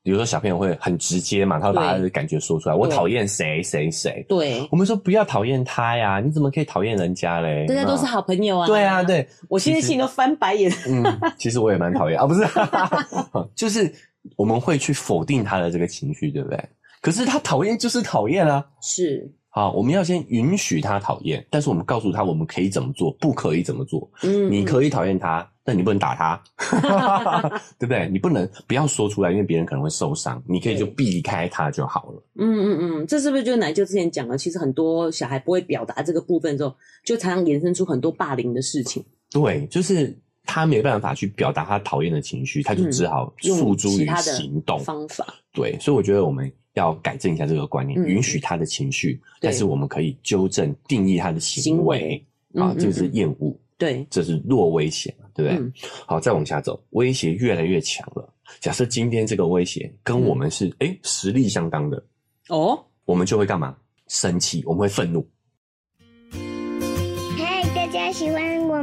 S2: 比如说小朋友会很直接嘛，他会把他的感觉说出来，我
S1: 对
S2: 讨厌谁谁谁。
S1: 对，
S2: 我们说不要讨厌他呀，你怎么可以讨厌人家嘞？
S1: 大家都是好朋友啊。
S2: 对啊，。对，
S1: 我现在心里都翻白眼。
S2: 嗯，其实我也蛮讨厌啊，不是，就是我们会去否定他的这个情绪，对不对？可是他讨厌就是讨厌啊，
S1: 是，
S2: 好，我们要先允许他讨厌，但是我们告诉他我们可以怎么做，不可以怎么做。
S1: 嗯，
S2: 你可以讨厌他，但你不能打他， 对不对？你不能不要说出来，因为别人可能会受伤。你可以就
S1: 对
S2: 避开他就好了。
S1: 嗯嗯嗯，这是不是就是奶舅之前讲的？其实很多小孩不会表达这个部分之后，就常常衍生出很多霸凌的事情，
S2: 对，就是他没办法去表达他讨厌的情绪，他就
S1: 嗯
S2: 只好诉
S1: 用
S2: 诸
S1: 其
S2: 于
S1: 他的
S2: 行动。
S1: 方法。
S2: 对，所以我觉得我们要改正一下这个观念，
S1: 嗯
S2: 允许他的情绪，
S1: 对
S2: 但是我们可以纠正定义他的行为
S1: 行为
S2: 啊
S1: 嗯，嗯
S2: 这个是厌恶，
S1: 对，
S2: 这是弱威胁嘛，对不对？
S1: 嗯
S2: 好，再往下走，威胁越来越强了。假设今天这个威胁跟我们是哎、诶实力相当的，
S1: 哦，
S2: 我们就会干嘛？生气，我们会愤怒。
S3: 嗨，大家喜欢我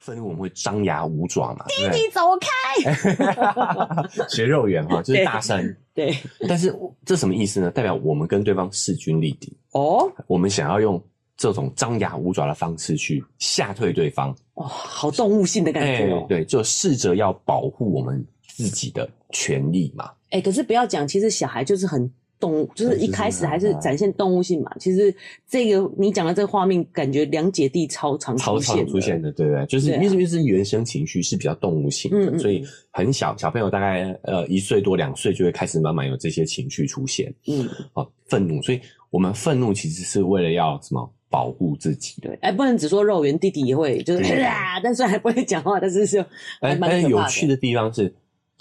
S2: 愤怒我们会张牙舞爪嘛，对
S3: 你走开！
S2: 不对？学肉圆哈，就是大声。
S1: 对，
S2: 但是这什么意思呢？代表我们跟对方势均力敌，
S1: 哦，
S2: 我们想要用这种张牙舞爪的方式去吓退对方。哎
S1: 哇、哦好动物性的感觉哦。
S2: 对，就试着要保护我们自己的权利嘛。
S1: 哎、可是不要讲，其实小孩就是很动物，就是一开始还
S2: 嗯
S1: 是展现动物性嘛。其实这个你讲的这个画面，感觉两姐弟超常
S2: 超
S1: 出
S2: 常
S1: 现，
S2: 出现。的，对不对？就是
S1: 对啊
S2: 因为因为是原生情绪是比较动物性
S1: 嗯
S2: 的，
S1: 嗯
S2: 所以很小小朋友大概呃一岁多两岁就会开始慢慢有这些情绪出现
S1: 嗯，
S2: 啊，愤怒。所以我们愤怒其实是为了要什么？保护自己。
S1: 对。哎、不能只说肉圆弟弟也会，就是
S2: 对
S1: 啊，但虽然不会讲话，但是就还
S2: 但
S1: 蛮
S2: 哎但是
S1: 可
S2: 有
S1: 怕
S2: 趣
S1: 的。
S2: 的地方是，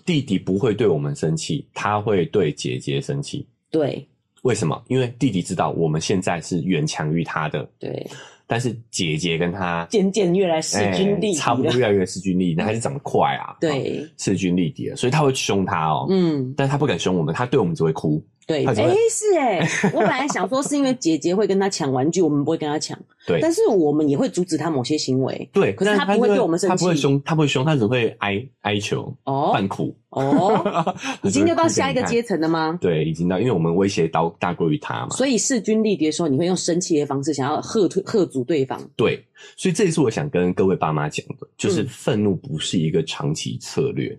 S2: 弟弟不会对我们生气，他会对姐姐生气。
S1: 对
S2: 为什么？因为弟弟知道我们现在是远强于他的，
S1: 对，
S2: 但是姐姐跟她
S1: 渐渐越来势均力敌
S2: 哎差不多
S1: 了。
S2: 越来越势均力敌，那还是长得快啊，哦，
S1: 对，
S2: 势均力敌了，所以她会凶她哦，
S1: 嗯，
S2: 但她不敢凶我们，她对我们只会哭，
S1: 对，
S2: 他
S1: 哎、
S2: 只会
S1: 是哎、我本来想说是因为姐姐会跟他抢玩具，我们不会跟他抢，
S2: 对
S1: 但是我们也会阻止他某些行为。
S2: 对，
S1: 可是
S2: 但
S1: 她不会
S2: 就
S1: 对我们生
S2: 她不会
S1: 气
S2: 凶，她不会凶，她只会哀哀求，
S1: 哦
S2: 扮哭，
S1: 哦， 已经就到下一个阶
S2: 层，
S1: 层了吗？
S2: 对，已经到，因为我们威胁到大过于她嘛，
S1: 所以势均力敌的时候，你会用生气的方式想要喝退喝阻对方。
S2: 对，所以这也是我想跟各位爸妈讲的，就是
S1: 嗯
S2: 愤怒不是一个长期策略。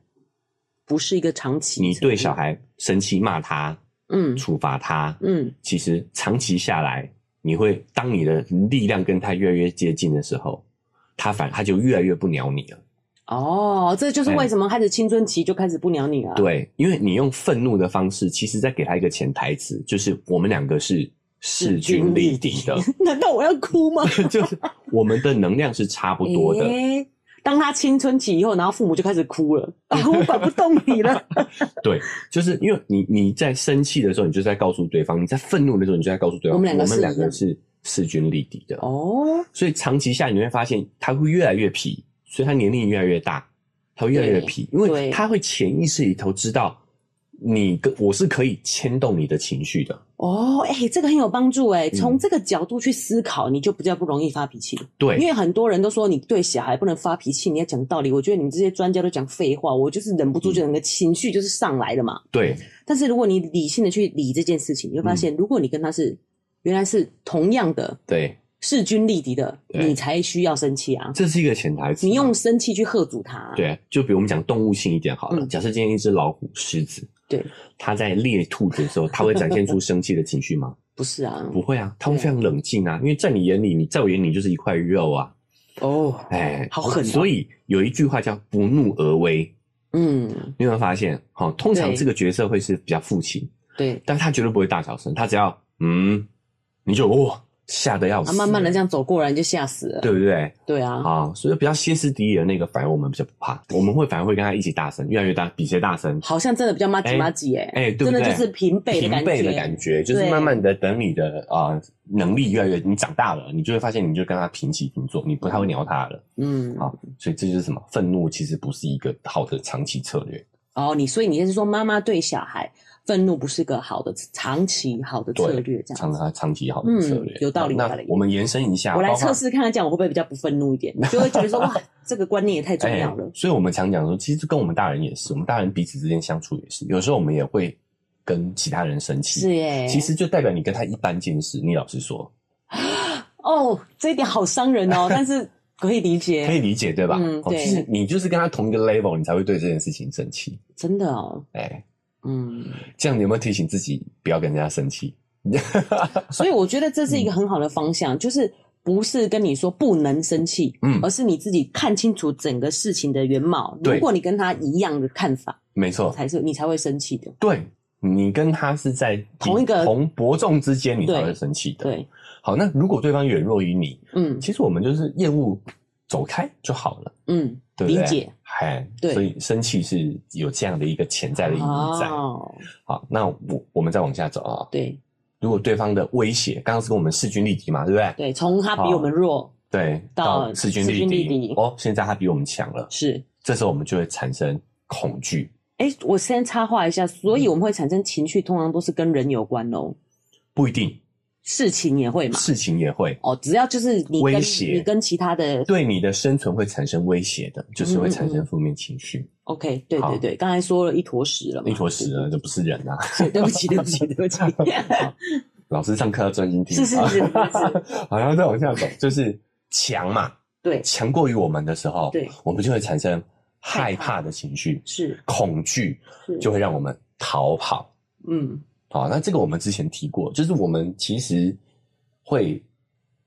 S1: 不是一个长期。
S2: 你对小，孩生气骂他、
S1: 嗯
S2: 处罚他，
S1: 嗯，
S2: 其实长期下来，你会当你的力量跟他越来越接近的时候，他反他就越来越不鸟你了。
S1: 哦，这就是为什么开始青春期就开始不鸟你了。，
S2: 对，因为你用愤怒的方式，其实在给他一个潜台词，就是我们两个是势均力敌的，
S1: 难道我要哭吗？
S2: 就是我们的能量是差不多的。
S1: 诶当他青春期以后，然后父母就开始哭了， 啊，我管不动你 了。
S2: 对，就是因为你你在生气的时候，你就在告诉对方；你在愤怒的时候，你就在告诉对方，
S1: 我
S2: 我
S1: 们两个是
S2: 们
S1: 一
S2: 两个
S1: 样
S2: 是势均力敌的。
S1: 哦，
S2: 所以长期下你会发现他会越来越皮，所以他年龄越来越大，他会越来越
S1: 对
S2: 皮，因为
S1: 对
S2: 他会潜意识里头知道你跟我是可以牵动你的情绪的。
S1: 哦，哎、这个很有帮助哎，
S2: 嗯
S1: 从这个角度去思考，你就比较不容易发脾气。因
S2: 对，
S1: 为很多人都说你对小孩不能发脾气，你要讲道理。我觉得你们这些专家都讲废话，我就是忍不住就整个情绪就是上来了嘛。
S2: 对，
S1: 但是如果你理性的去理这件事情，你会
S2: 嗯
S1: 发现，如果你跟他是原来是同样的
S2: 对，
S1: 势均力敌的，
S2: 对
S1: 你才需要生气啊！
S2: 这是一个潜台词嘛。
S1: 你用生气去喝阻他、啊
S2: 对，啊就比如我们讲动物性一点好了，
S1: 嗯
S2: 假设今天一只老虎、狮子，
S1: 对，
S2: 它在猎兔子的时候，它会展现出生气的情绪吗？
S1: 不是啊？
S2: 不会啊，他会
S1: 对
S2: 非常冷静啊，因为在你眼里，你在我眼里就是一块肉啊，
S1: 哦，
S2: 哎，
S1: 好狠哦
S2: 所以有一句话叫“不怒而威
S1: 嗯”，，
S2: 你有没有发现？好、通常
S1: 对
S2: 这个角色会是比较父亲，
S1: 对，
S2: 但他绝对不会大小声，他只要嗯，你就哇吓得要死，
S1: 啊，慢慢的这，样走过来你就吓死了。
S2: 对不对？
S1: 对啊，
S2: 啊、所以比较歇斯底里的那个，反而我们比较不怕，我们会反而会跟他一起大声，越来越大，比谁大声。
S1: 好像真的比较妈吉
S2: 哎
S1: 妈吉哎，
S2: 哎，对不
S1: 真
S2: 对？
S1: 的就是平辈的
S2: 平
S1: 感
S2: 辈
S1: 觉，
S2: 的感觉，就是
S1: 对
S2: 慢慢的等你的啊、呃能力越来越，你长大了，你就会发现你就跟他平起平坐，你不太会鸟他了。
S1: 嗯，
S2: 好所以这就是什么？愤怒其实不是一个好的长期策略。
S1: 哦，你所以你就是说，妈妈对小孩愤怒不是个好的长期好的策略，这样
S2: 长
S1: 子。
S2: 啊长期好的策略、
S1: 嗯有道理
S2: 好
S1: 有道
S2: 那
S1: 理
S2: 我们延伸一下，
S1: 我来
S2: 包括
S1: 测。试看看，这样我会不会比较不愤怒一点？就会觉 得说，哇，这个观念也太重
S2: 哎
S1: 要了。
S2: 所以我们常讲说，其实跟我们大人也是，我们大人彼此之间相处也是，有时候我们也会跟其他人生
S1: 是
S2: 气，
S1: 耶，
S2: 其实就代表你跟他一般见识。你老实说，
S1: 哦，这一点好伤人 哦，但是可以理解，
S2: 可以理解对吧？
S1: 嗯
S2: 哦
S1: 对
S2: 就是你就是跟他同一个 level，你才会对这件事情生气。
S1: 真的哦，
S2: 哎、
S1: 嗯，
S2: 这样你有没有提醒自己不要跟人家生气？
S1: 所以我觉得这是一个很好的方向，就是不是跟你说不能生气，
S2: 嗯
S1: 而是你自己看清楚整个事情的原貌。
S2: 对
S1: 如果你跟他一样的看法，
S2: 没错，
S1: 才是你才会生气的。
S2: 对你跟他是在
S1: 同一个
S2: 同伯仲之间，你才
S1: 对
S2: 会生气的。，
S1: 对，
S2: 好，那如果对方远弱于你，
S1: 嗯
S2: 其实我们就是业务走开就好了，
S1: 嗯，
S2: 对不对？
S1: 理解。
S2: 哎，
S1: 对
S2: 所以生气是有这样的一个潜在的意义在。
S1: 哦，
S2: 好，那我我们再往下走啊、
S1: 对
S2: 如果对方的威胁，刚刚是跟我们势均力敌嘛，对不对？
S1: 对，从他比我们弱
S2: 对，
S1: 到
S2: 势均
S1: 势
S2: 力
S1: 均
S2: 敌。
S1: 力敌
S2: 哦，现在他比我们强了，
S1: 是。
S2: 这时候我们就会产生恐惧。
S1: 哎，我先插话一下，所
S2: 嗯
S1: 以我们会产生情绪，通常都是跟人有关哦，
S2: 不一定，
S1: 事情也会嘛。
S2: 事情也会
S1: 哦，只要就是你跟
S2: 威胁
S1: 你跟其他的
S2: 对你的生存会产生威胁的，就是会
S1: 嗯
S2: 产生负面情绪。
S1: OK，对
S2: 好
S1: 对对，刚才说了一坨屎了嘛，
S2: 一坨屎了，这不是人啊！
S1: 对，对不起，对不起，对不 起，
S2: 老师上课要专心听。啊
S1: 是是是是是，
S2: 好，然后再往下走，就是强嘛，
S1: 对，
S2: 强过于我们的时候，
S1: 对，
S2: 我们就会产生害
S1: 害怕
S2: 怕的情绪，
S1: 是
S2: 恐惧
S1: 是，
S2: 就会让我们逃跑。
S1: 嗯，
S2: 好，那这个我们之前提过，就是我们其实会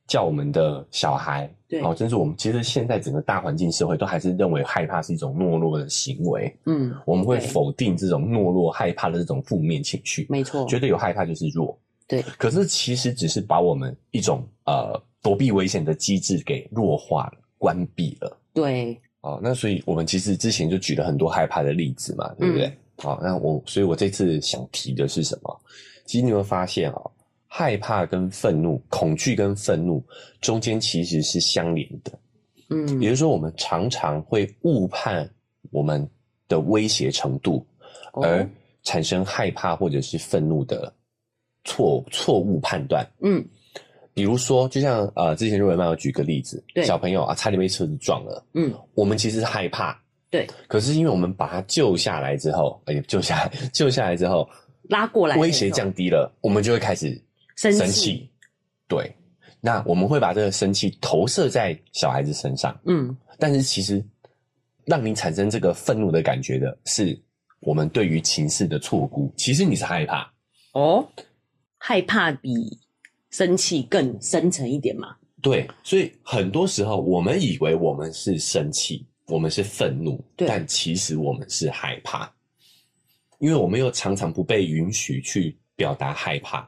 S2: 叫我们的小孩，
S1: 对
S2: 哦，就是我们其实现在整个大环境社会都还是认为害怕是一种懦弱的行为，
S1: 嗯，
S2: 我们会
S1: 对
S2: 否定这种懦弱、害怕的这种负面情绪，
S1: 没错，
S2: 觉得有害怕就是弱。
S1: 哦对，
S2: 可是其实只是把我们一种呃躲避危险的机制给弱化了、关闭了。
S1: 对，
S2: 哦，那所以我们其实之前就举了很多害怕的例子
S1: 嗯
S2: 嘛，对不对？好、那我所以，我这次想提的是什么？其实你有没有发现哦，害怕跟愤怒、恐惧跟愤怒中间其实是相连的。
S1: 嗯
S2: 也就是说，我们常常会误判我们的威胁程度，
S1: 哦
S2: 而产生害怕或者是愤怒的错错误判断。
S1: 嗯
S2: 比如说，就像呃，之前瑞文妈有举个例子，
S1: 对
S2: 小朋友啊，差点被车子撞了，
S1: 嗯，
S2: 我们其实是害怕，
S1: 对，
S2: 可是因为我们把他救下来之后，哎、救下来， 救下来之后，
S1: 拉过来的那种
S2: 威胁降低了，我们就会开始
S1: 生气
S2: 气，对，那我们会把这个生气投射在小孩子身上。
S1: 嗯
S2: 但是其实让你产生这个愤怒的感觉的是我们对于情势的错估。其实你是害怕，
S1: 哦，害怕比生气更深沉一点嘛。
S2: 对，所以很多时候我们以为我们是生气，我们是愤怒，
S1: 对
S2: 但其实我们是害怕，因为我们又常常不被允许去表达害怕，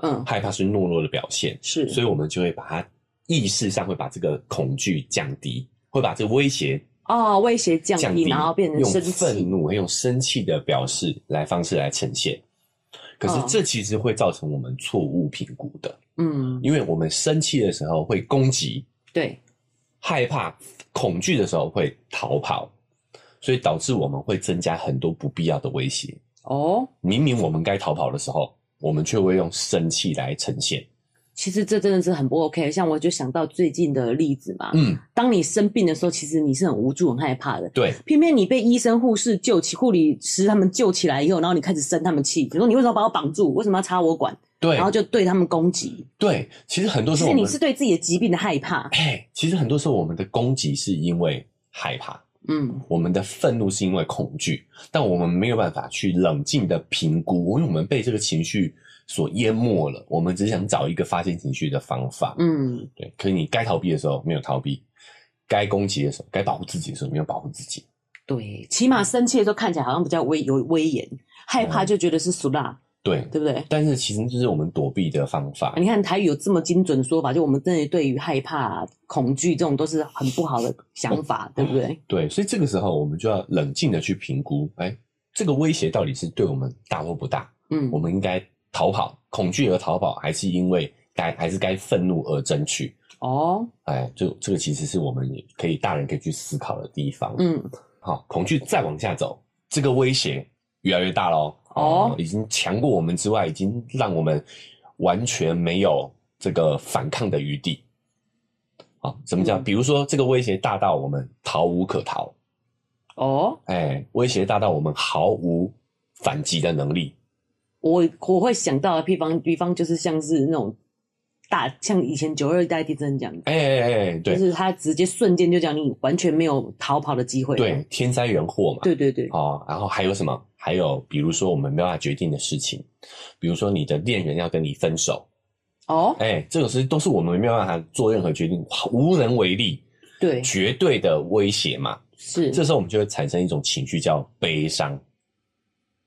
S1: 嗯，
S2: 害怕是懦弱的表现，
S1: 是，
S2: 所以我们就会把它意识上会把这个恐惧降低，会把这个威胁
S1: 哦，威胁降低，
S2: 降低，
S1: 然后变成
S2: 用
S1: 生
S2: 愤
S1: 气。
S2: 怒、用生气的表示来方式来呈现。可是
S1: 哦
S2: 这其实会造成我们错误评估的，
S1: 嗯，
S2: 因为我们生气的时候会攻击，
S1: 对，
S2: 害怕、恐惧的时候会逃跑，所以导致我们会增加很多不必要的威胁。
S1: 哦，
S2: 明明我们该逃跑的时候，我们却会用生气来呈现。
S1: 其实这真的是很不 OK。像我就想到最近的例子嘛，
S2: 嗯，
S1: 当你生病的时候，其实你是很无助、很害怕的。
S2: 对，
S1: 偏偏你被医生、护士救起，护理师他们救起来以后，然后你开始生他们气，比如说你为什么把我绑住？为什么要插我管？
S2: 对
S1: 然，后就对他们攻击。
S2: 对。其实很多时
S1: 其
S2: 候
S1: 实
S2: 我们
S1: 你是对自己的疾病的害怕。
S2: 哎，其实很多时候我们的攻击是因为害怕。
S1: 嗯，
S2: 我们的愤怒是因为恐惧，但我们没有办法去冷静的评估，因为我们被这个情绪所淹没了。我们只想找一个发泄情绪的方法。
S1: 嗯，
S2: 对，可是你该逃避的时候没有逃避，该攻击的时候，该保护自己的时候没有保护自己。
S1: 对，起码生气的时候看起来好像比较威有威严，害
S2: 嗯
S1: 怕就觉得是俗辣，
S2: 对，
S1: 对不对？
S2: 但是其实就是我们躲避的方法。
S1: 啊你看台语有这么精准的说法，就我们真的对于害怕、恐惧这种都是很不好的想法，对不对？
S2: 对，所以这个时候我们就要冷静的去评估，哎，这个威胁到底是对我们大或不大？
S1: 嗯
S2: 我，们应该逃跑，恐惧而逃跑，还是因为该还是该愤怒而争取？
S1: 哦，
S2: 哎，就这个其实是我们也可以大人可以去思考的地方。，
S1: 嗯，
S2: 好，恐惧再往下走，这个威胁越来越大喽。
S1: 哦
S2: 已经强过我们之外，已经让我们完全没有这个反抗的余地。好，怎么讲？
S1: 嗯
S2: 比如说，这个威胁大到我们逃无可逃，
S1: 哦，
S2: 哎，威胁大到我们毫无反击的能力。
S1: 我我会想到的地方，比方就是像是那种大，像以前九二一大地震讲的，
S2: 哎哎哎哎，
S1: 就
S2: 对
S1: 是他直接瞬间就讲你完全没有逃跑的机会。
S2: 对，天灾人祸嘛。
S1: 对对对，
S2: 哦，然后还有什么？还有比如说我们没办法决定的事情，比如说你的恋人要跟你分手，
S1: 哦，
S2: 哎，这种事都是我们没有办法做任何决定，无能为力，
S1: 对，
S2: 绝对的威胁嘛。
S1: 是
S2: 这时候我们就会产生一种情绪叫悲伤，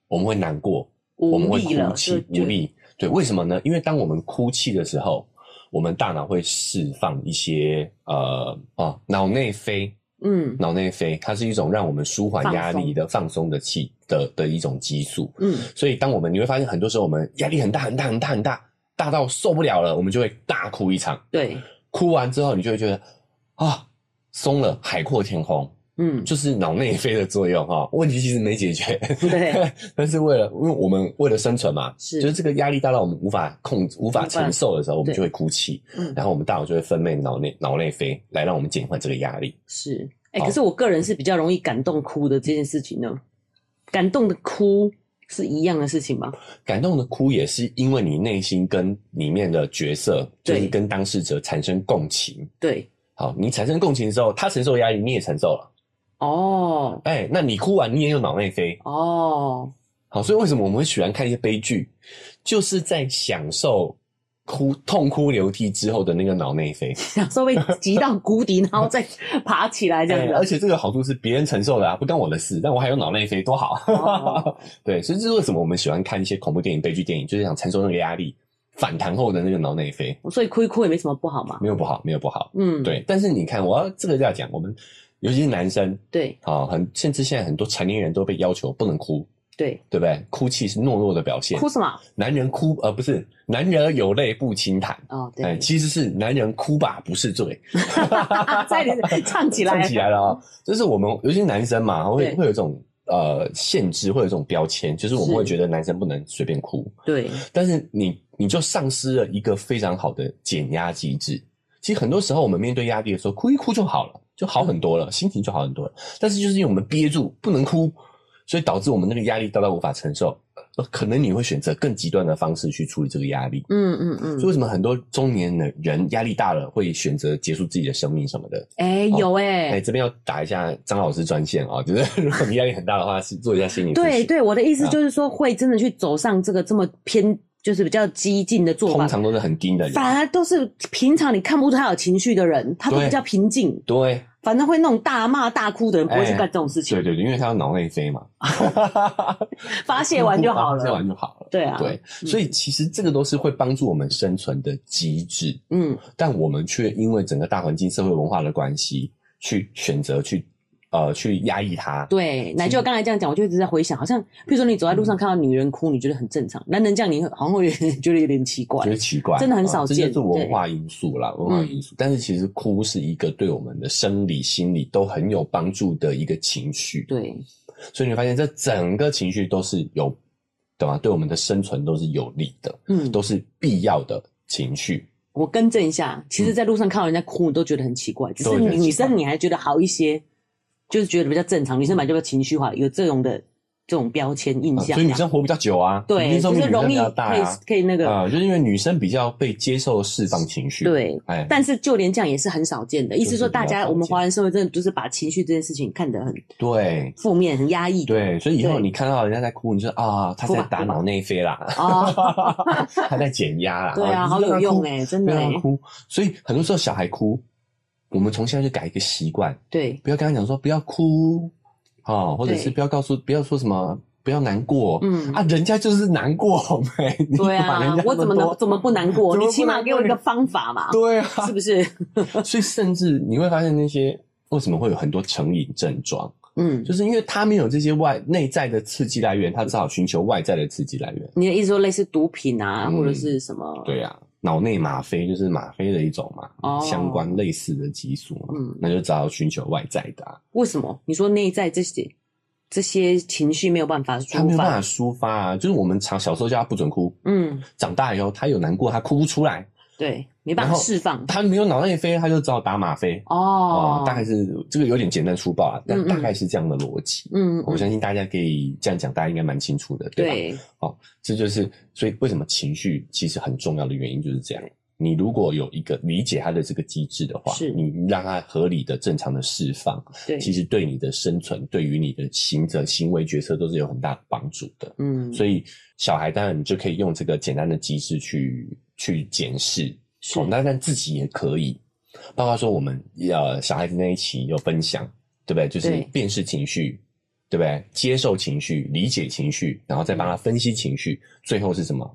S2: 我们会难过，我们
S1: 无
S2: 会
S1: 力了，
S2: 哭
S1: 就
S2: 泣，无。力。对，为什么呢？因为当我们哭泣的时候，我们大脑会释放一些呃哦脑内啡，
S1: 就嗯
S2: 脑内啡，它是一种让我们舒缓压力的放松的气的的一种激素。
S1: 嗯，
S2: 所以，当我们你会发现，很多时候我们压力很大很大很大很大，大到受不了了，我们就会大哭一场。
S1: 对，
S2: 哭完之后，你就会觉得啊，松了，海阔天空，
S1: 嗯，
S2: 就是脑内啡的作用哈、问题其实没解决，
S1: 对，
S2: 但是为了因为我们为了生存嘛，
S1: 是
S2: 就是这个压力大到我们无法控制、无法承受的时候，我们
S1: 对
S2: 就会哭泣，
S1: 嗯
S2: 然后我们大脑就会分泌脑内脑内啡来让我们减缓这个压力。
S1: 是。哎、
S2: 好
S1: 可是我个人是比较容易感动哭的这件事情呢，感动的哭是一样的事情吗？
S2: 感动的哭也是因为你内心跟里面的角色，就
S1: 对
S2: 是跟当事者产生共情。
S1: 对，
S2: 好，你产生共情之后，他承受压力，你也承受了。
S1: 哦
S2: 哎、那你哭完，你也有脑内啡。
S1: 哦，
S2: 好，所以为什么我们会喜欢看一些悲剧，就是在享受哭痛哭流涕之后的那个脑内啡。
S1: 享受被击到谷 底，然后再爬起来这样
S2: 哎
S1: 子。
S2: 而且这个好处是别人承受的啊，不干我的事，但我还有脑内啡，多好。
S1: 哦
S2: 对，所以这是为什么我们喜欢看一些恐怖电影、悲剧电影，就是想承受那个压力，反弹后的那个脑内啡，
S1: 所以哭一哭也没什么不好嘛。
S2: 没有不好，没有不好。
S1: 嗯，
S2: 对，但是你看，我要这个要讲，我们尤其是男生
S1: 对，
S2: 啊，很甚至现在很多成年人都被要求不能哭，
S1: 对，
S2: 对不对？哭泣是懦弱的表现
S1: 哭，什么？
S2: 男人哭呃不是男人而有泪不轻弹，
S1: 哦，
S2: 哎，
S1: 对，
S2: 其实是男人哭吧不是罪，
S1: 差 点唱起来，
S2: 站起来了啊、就是我们尤其是男生嘛，会
S1: 对
S2: 会有一种呃限制，会有一种标签，就是我们
S1: 是
S2: 会觉得男生不能随便哭，
S1: 对，
S2: 但是你你就丧失了一个非常好的减压机制。其实很多时候我们面对压力的时候，哭一哭就好了，就好很
S1: 嗯
S2: 多了，心情就好很多了。但是就是因为我们憋住不能哭，所以导致我们那个压力大到无法承受，呃可能你会选择更极端的方式去处理这个压力。
S1: 嗯嗯嗯
S2: 所以，为什么很多中年的人压力大了会选择结束自己的生命什么的？
S1: 哎，有哎、
S2: 哎、这边要打一下张老师专线啊、 就是如果你压力很大的话，是啊做一下心理咨
S1: 对
S2: 询。
S1: 对，我的意思就是说，会真的去走上这个这么偏，就是比较激进的做
S2: 通
S1: 法，
S2: 常都是很低的人，
S1: 反而都是平常你看不出他有情绪的人，他都
S2: 对
S1: 比较平静，
S2: 对
S1: 反正会那种大骂大哭的人不会去
S2: 哎
S1: 干这种事情，
S2: 对对对，因为他要脑内 啡嘛，
S1: 发泄完就好
S2: 发泄完
S1: 了。
S2: 就好了。
S1: 对啊，
S2: 对，所以其实这个都是会帮助我们生存的机制，
S1: 嗯，
S2: 但我们却因为整个大环境、社会文化的关系，去选择去呃去压抑它。
S1: 对，奶就刚才这样讲，我就一直在回想，好像譬如说你走在路上看到女人哭，你觉得很正常，男人这样你好像会觉得有点奇怪
S2: 觉。得奇怪，
S1: 真的很少
S2: 啊这
S1: 见嗯
S2: 就是文化因素啦，文化因素。但是其实哭是一个对我们的生理、心理都很有帮助的一个情绪。
S1: 对，
S2: 所以你会发现这整个情绪都是有，对吧？对我们的生存都是有利的，
S1: 嗯，
S2: 都是必要的情绪。
S1: 我更正一下，其实，在路上看到人家哭，你都觉得很奇怪，只
S2: 都
S1: 是
S2: 觉得奇怪
S1: 女生你还觉得好一些，就是觉得比较正常。女生本来就比较情绪化，有这种的这种标签印
S2: 啊
S1: 象，
S2: 所以女生活比较久啊，
S1: 对，
S2: 女
S1: 就
S2: 生比
S1: 是
S2: 女生
S1: 容
S2: 比
S1: 易
S2: 较大
S1: 可以
S2: 啊，
S1: 可以那个，
S2: 啊，就是因为女生比较被接受释放情绪。，
S1: 对。
S2: 哎，
S1: 但是就连这样也是很少见的，意思说大
S2: 就是比较少
S1: 家
S2: 见
S1: 我们华人社会真的就是把情绪这件事情看得很
S2: 对。
S1: 负面、很压抑。
S2: 对，所以以后
S1: 对
S2: 你看到人家在哭，你就啊，他
S1: 哭
S2: 在
S1: 吧
S2: 打
S1: 哭吧
S2: 脑内啡啦，
S1: 哦，
S2: 他在减压啦，
S1: 对啊，
S2: 你
S1: 好
S2: 就让
S1: 有用
S2: 他哭
S1: 哎，真
S2: 不
S1: 的
S2: 要
S1: 哎
S2: 让，他哭。所以很多时候小孩哭，我们从现在就改一个习惯，
S1: 对
S2: 不要跟他讲说不要哭哦，或者是
S1: 对
S2: 不要告诉不要说什么不要难过，
S1: 嗯
S2: 啊，人家就是难过没？你
S1: 对
S2: 管
S1: 啊
S2: 人家，
S1: 我怎么能怎么不难过？
S2: 怎
S1: 你
S2: 么不
S1: 起码
S2: 难
S1: 给我
S2: 过
S1: 一个
S2: 你
S1: 方法嘛，
S2: 对啊，
S1: 是不 是？
S2: 所以甚至你会发现那些为什么会有很多成瘾症状，
S1: 嗯，
S2: 就是因为他没有这些外内在的刺激来源，他只好寻求外在的刺激来源。
S1: 你的意思说类似毒品啊，
S2: 嗯
S1: 或者是什么？
S2: 对啊，脑内吗啡就是吗啡的一种嘛，
S1: 哦
S2: 相关类似的激素嘛，
S1: 嗯
S2: 那就只好寻求外在的、啊，
S1: 为什么？你说内在这些这些情绪没有办法抒
S2: 他没有办
S1: 发
S2: 法？抒发啊。就是我们常小时候叫他不准哭，
S1: 嗯，
S2: 长大以后他有难过，他哭不出来，
S1: 对，没办法
S2: 然后
S1: 释放。
S2: 他没有脑内啡，他就只好打吗啡。
S1: 哦，
S2: 大概是这个有点简单粗暴啊，但
S1: 嗯嗯
S2: 大概是这样的逻辑。
S1: 嗯，嗯
S2: 我相信大家可以这样讲，大家应该蛮清楚的，对吧？
S1: 对
S2: 这就是所以为什么情绪其实很重要的原因就是这样。你如果有一个理解它的这个机制的话，
S1: 是
S2: 你让它合理的、正常的释放，
S1: 对，
S2: 其实对你的生存、对于你的行者行为决策都是有很大的帮助的。
S1: 嗯，
S2: 所以小孩当然你就可以用这个简单的机制去去检视，
S1: 是
S2: 哦，那但自己也可以，包括说我们呃小孩子那一期有分享，对不对？就是
S1: 对
S2: 辨识情绪，对不对？接受情绪，理解情绪，然后再
S1: 嗯
S2: 帮他分析情绪，最后是什么？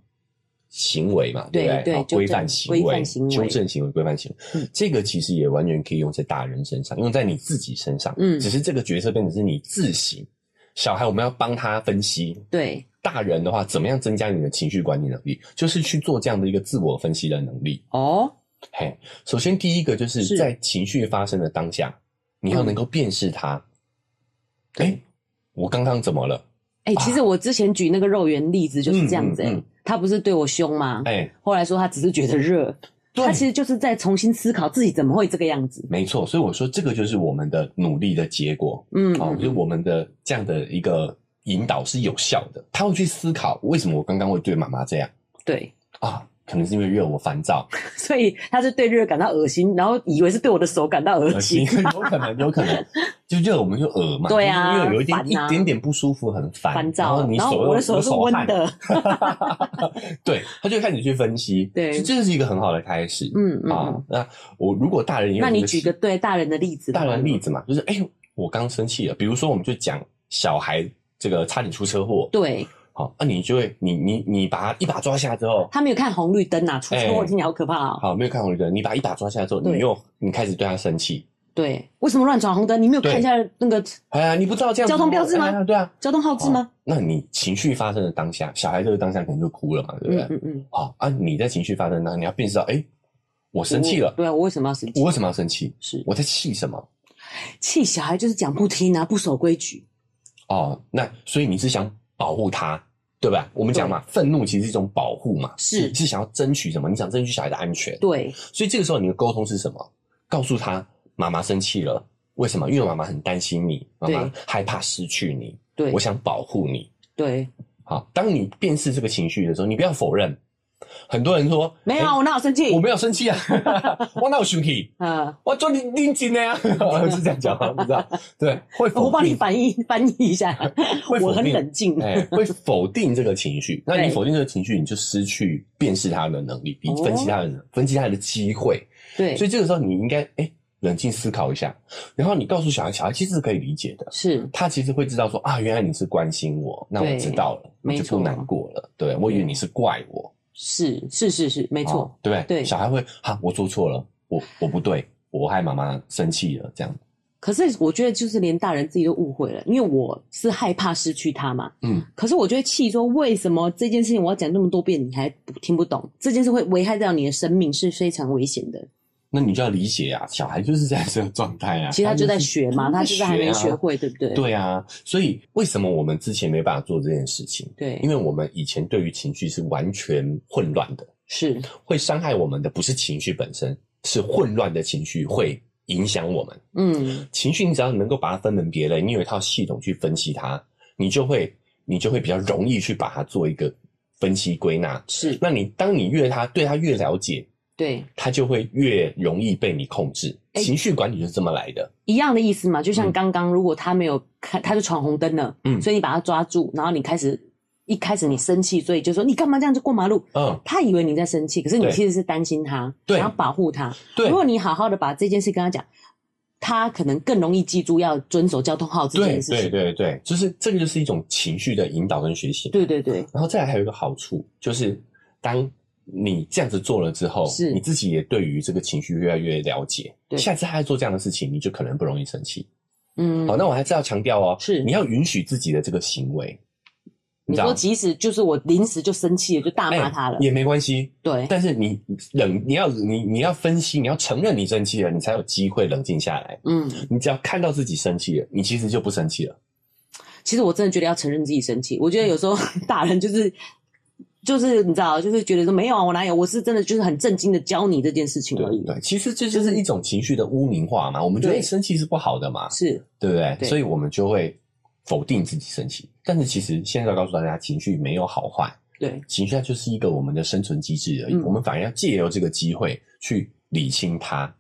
S2: 行为嘛，
S1: 对
S2: 不对？
S1: 对
S2: 好
S1: 纠
S2: 规
S1: 正
S2: 范
S1: 规
S2: 行为、
S1: 范行为
S2: 纠正行为、规范行为
S1: 嗯，
S2: 这个其实也完全可以用在大人身上，用在你自己身上。
S1: 嗯
S2: 只是这个角色变成是你自行。小孩我们要帮他分析，
S1: 对
S2: 大人的话，怎么样增加你的情绪管理能力？就是去做这样的一个自我分析的能力。
S1: 哦，
S2: 嘿，首先第一个就是
S1: 是嗯
S2: 在情绪发生的当下，你要能够辨识它。哎、
S1: 对
S2: 我刚刚怎么了？
S1: 哎，其实我之前举那个肉圆例子就是这样子，
S2: 啊嗯
S1: 哎
S2: 嗯嗯，
S1: 他不是对我凶吗？
S2: 哎、
S1: 后来说他只是觉得热，
S2: 对
S1: 他其实就是在重新思考自己怎么会这个样子。
S2: 没错。所以我说，这个就是我们的努力的结果。
S1: 嗯，
S2: 哦，
S1: 嗯
S2: 就是我们的这样的一个引导是有效的。他会去思考，为什么我刚刚会对妈妈这样
S1: 对，
S2: 啊？可能是因为热，我烦躁，
S1: 所以他是对热感到恶心，然后以为是对我的手感到恶
S2: 恶
S1: 心
S2: 心。，有可能，有 可能，就热我们就恶嘛，
S1: 对啊
S2: 就是因为有一点、
S1: 烦
S2: 一
S1: 啊
S2: 点点不舒服，很烦，
S1: 烦
S2: 然
S1: 躁啊
S2: 后，你
S1: 然后
S2: 手又
S1: 我的手
S2: 有
S1: 是温
S2: 汗，
S1: 的，
S2: 对，他就开始去分析，
S1: 对
S2: 所以这是一个很好的开始，
S1: 嗯
S2: 啊
S1: 嗯，，
S2: 那我如果大人也有
S1: 那
S2: 这
S1: 你举
S2: 习
S1: 个对大人的例子吧，
S2: 大人的例子嘛，就是哎、我刚生气了，比如说我们就讲小孩这个差点出车祸，
S1: 对
S2: 好，那、你就会你你你把他一把抓下之后。
S1: 他没有看红绿灯啊，出车祸
S2: 哎
S1: 听起来好可怕哦。
S2: 好，没有看我的，你把他一把抓下之后，
S1: 对
S2: 你又你开始对他生气，
S1: 对，为什么乱闯红灯？你没有看一下那个
S2: 哎呀，你不知道这样
S1: 交通标志吗
S2: 哎呀对啊，
S1: 交通号志吗？
S2: 那你情绪发生的当下，小孩这个当下可能就哭了嘛，哦对
S1: 嗯
S2: 不对？
S1: 嗯嗯，
S2: 好啊，你在情绪发生当下，你要辨识到，哎，我生气了
S1: 我，对啊，我为什么要生气？
S2: 我为什么要生气？
S1: 是
S2: 我在气什么？
S1: 气小孩就是讲不听啊，不守规矩。
S2: 哦，那所以你是想保护他，对吧？我们讲嘛，愤怒其实是一种保护嘛，
S1: 是
S2: 你是想要争取什么？你想争取小孩的安全，
S1: 对，
S2: 所以这个时候你的沟通是什么？告诉他妈妈生气了，为什么？因为妈妈很担心你，妈妈
S1: 对
S2: 害怕失去你，
S1: 对
S2: 我，想保护你。
S1: 对，
S2: 好，当你辨识这个情绪的时候，你不要否认。很多人说
S1: 没有啊，
S2: 诶
S1: 我哪有生气？
S2: 我没有 生气啊，我哪有生气？
S1: 啊，
S2: 我做你拎紧的呀，啊 是这样讲吗？不知道，对，会否
S1: 我帮你
S2: 定
S1: 翻译翻译一 下，
S2: 会
S1: 我
S2: 否
S1: 很
S2: 定
S1: 冷静。
S2: 哎，会否定这个情绪。那你
S1: 对
S2: 否定这个情绪，你就失去辨识它的能力，你
S1: 哦
S2: 分析它的能，分析它的机会。
S1: 对，
S2: 所以这个时候，你应该哎冷静思考一下，然后你告诉小孩，小孩其实是可以理解的。
S1: 是
S2: 他其实会知道说啊，原来你是关心我，那我
S1: 对
S2: 知道了，我
S1: 没
S2: 就
S1: 错
S2: 不难过了。对我以为你是怪我，
S1: 是是是是，没
S2: 没
S1: 错，
S2: 对不
S1: 对
S2: 小孩会哈，我做错了，我我不对，我害妈妈生气了，这样。
S1: 可是我觉得，就是连大人自己都误会了，因为我是害怕失去他嘛。
S2: 嗯，
S1: 可是我就会气说，为什么这件事情我要讲那么多遍，你还不听不懂？这件事会危害到你的生命，是非常危险的。
S2: 那你就要理解啊，小孩就是这样子的状态啊。
S1: 其实他就在
S2: 是
S1: 学嘛，他就是还没学
S2: 啊
S1: 会，对不对？
S2: 对啊，所以为什么我们之前没办法做这件事情？
S1: 对，
S2: 因
S1: 为
S2: 为我们以前对于情绪是完全混乱的，
S1: 是
S2: 会伤害我们的不是情绪本身，是混乱的情绪会影响我们。
S1: 嗯，
S2: 情绪你只要能够把它分门别类，你有一套系统去分析它，你就会你就会比较容易去把它做一个分析归纳。
S1: 是
S2: 那你当你越它对它越了解，
S1: 对，
S2: 它就会越容易被你控制。
S1: 哎
S2: 情绪管理就是这么来的。
S1: 一样的意思嘛。就像
S2: 嗯
S1: 刚刚，如果他没有看，他就闯红灯了，
S2: 嗯
S1: 所以你把他抓住，然后你开始一开始你生气，所以就说你干嘛这样就过马路？
S2: 嗯，
S1: 他以为你在生气，可是你
S2: 对
S1: 其实是担心他，
S2: 对
S1: 想要保护他。
S2: 对
S1: 如果你好好的把这件事跟他讲，他可能更容易记住要遵守交通号这件
S2: 对
S1: 事
S2: 对
S1: 情。
S2: 对对，就是这个就是一种情绪的引导跟学习。
S1: 对对对
S2: 然后再来还有一个好处，就是当你这样子做了之后，
S1: 是
S2: 你自己也对于这个情绪越来越了解。
S1: 对
S2: 下次他在做这样的事情，你就可能不容易生气。
S1: 嗯，
S2: 好，那我还是要强调哦，
S1: 是
S2: 你要允许自己的这个行为，
S1: 你
S2: 知道
S1: 说
S2: 吗？
S1: 即使就是我临时就生气了，就大骂他了，
S2: 哎也没关系，
S1: 对
S2: 但是你冷，你要你你要分析，你要承认你生气了，你才有机会冷静下来。
S1: 嗯，
S2: 你只要看到自己生气了，你其实就不生气了。
S1: 其实我真的觉得要承认自己生气。我觉得有 时候大人就是就是你知道，就是觉得说没有啊，我哪有，我是真的就是很震惊的教你这件事情而
S2: 对
S1: 已。
S2: 对，其实这就是一种情绪的污名化嘛。我们觉得
S1: 对
S2: 哎生气是不好的嘛，
S1: 是
S2: 对不对？
S1: 对
S2: 所以我们就会否定自己生气。但是其实现在要告诉大家，情绪没有好坏，
S1: 对，
S2: 情绪它就是一个我们的生存机制而已。
S1: 嗯
S2: 我们反而要借由这个机会去理清它。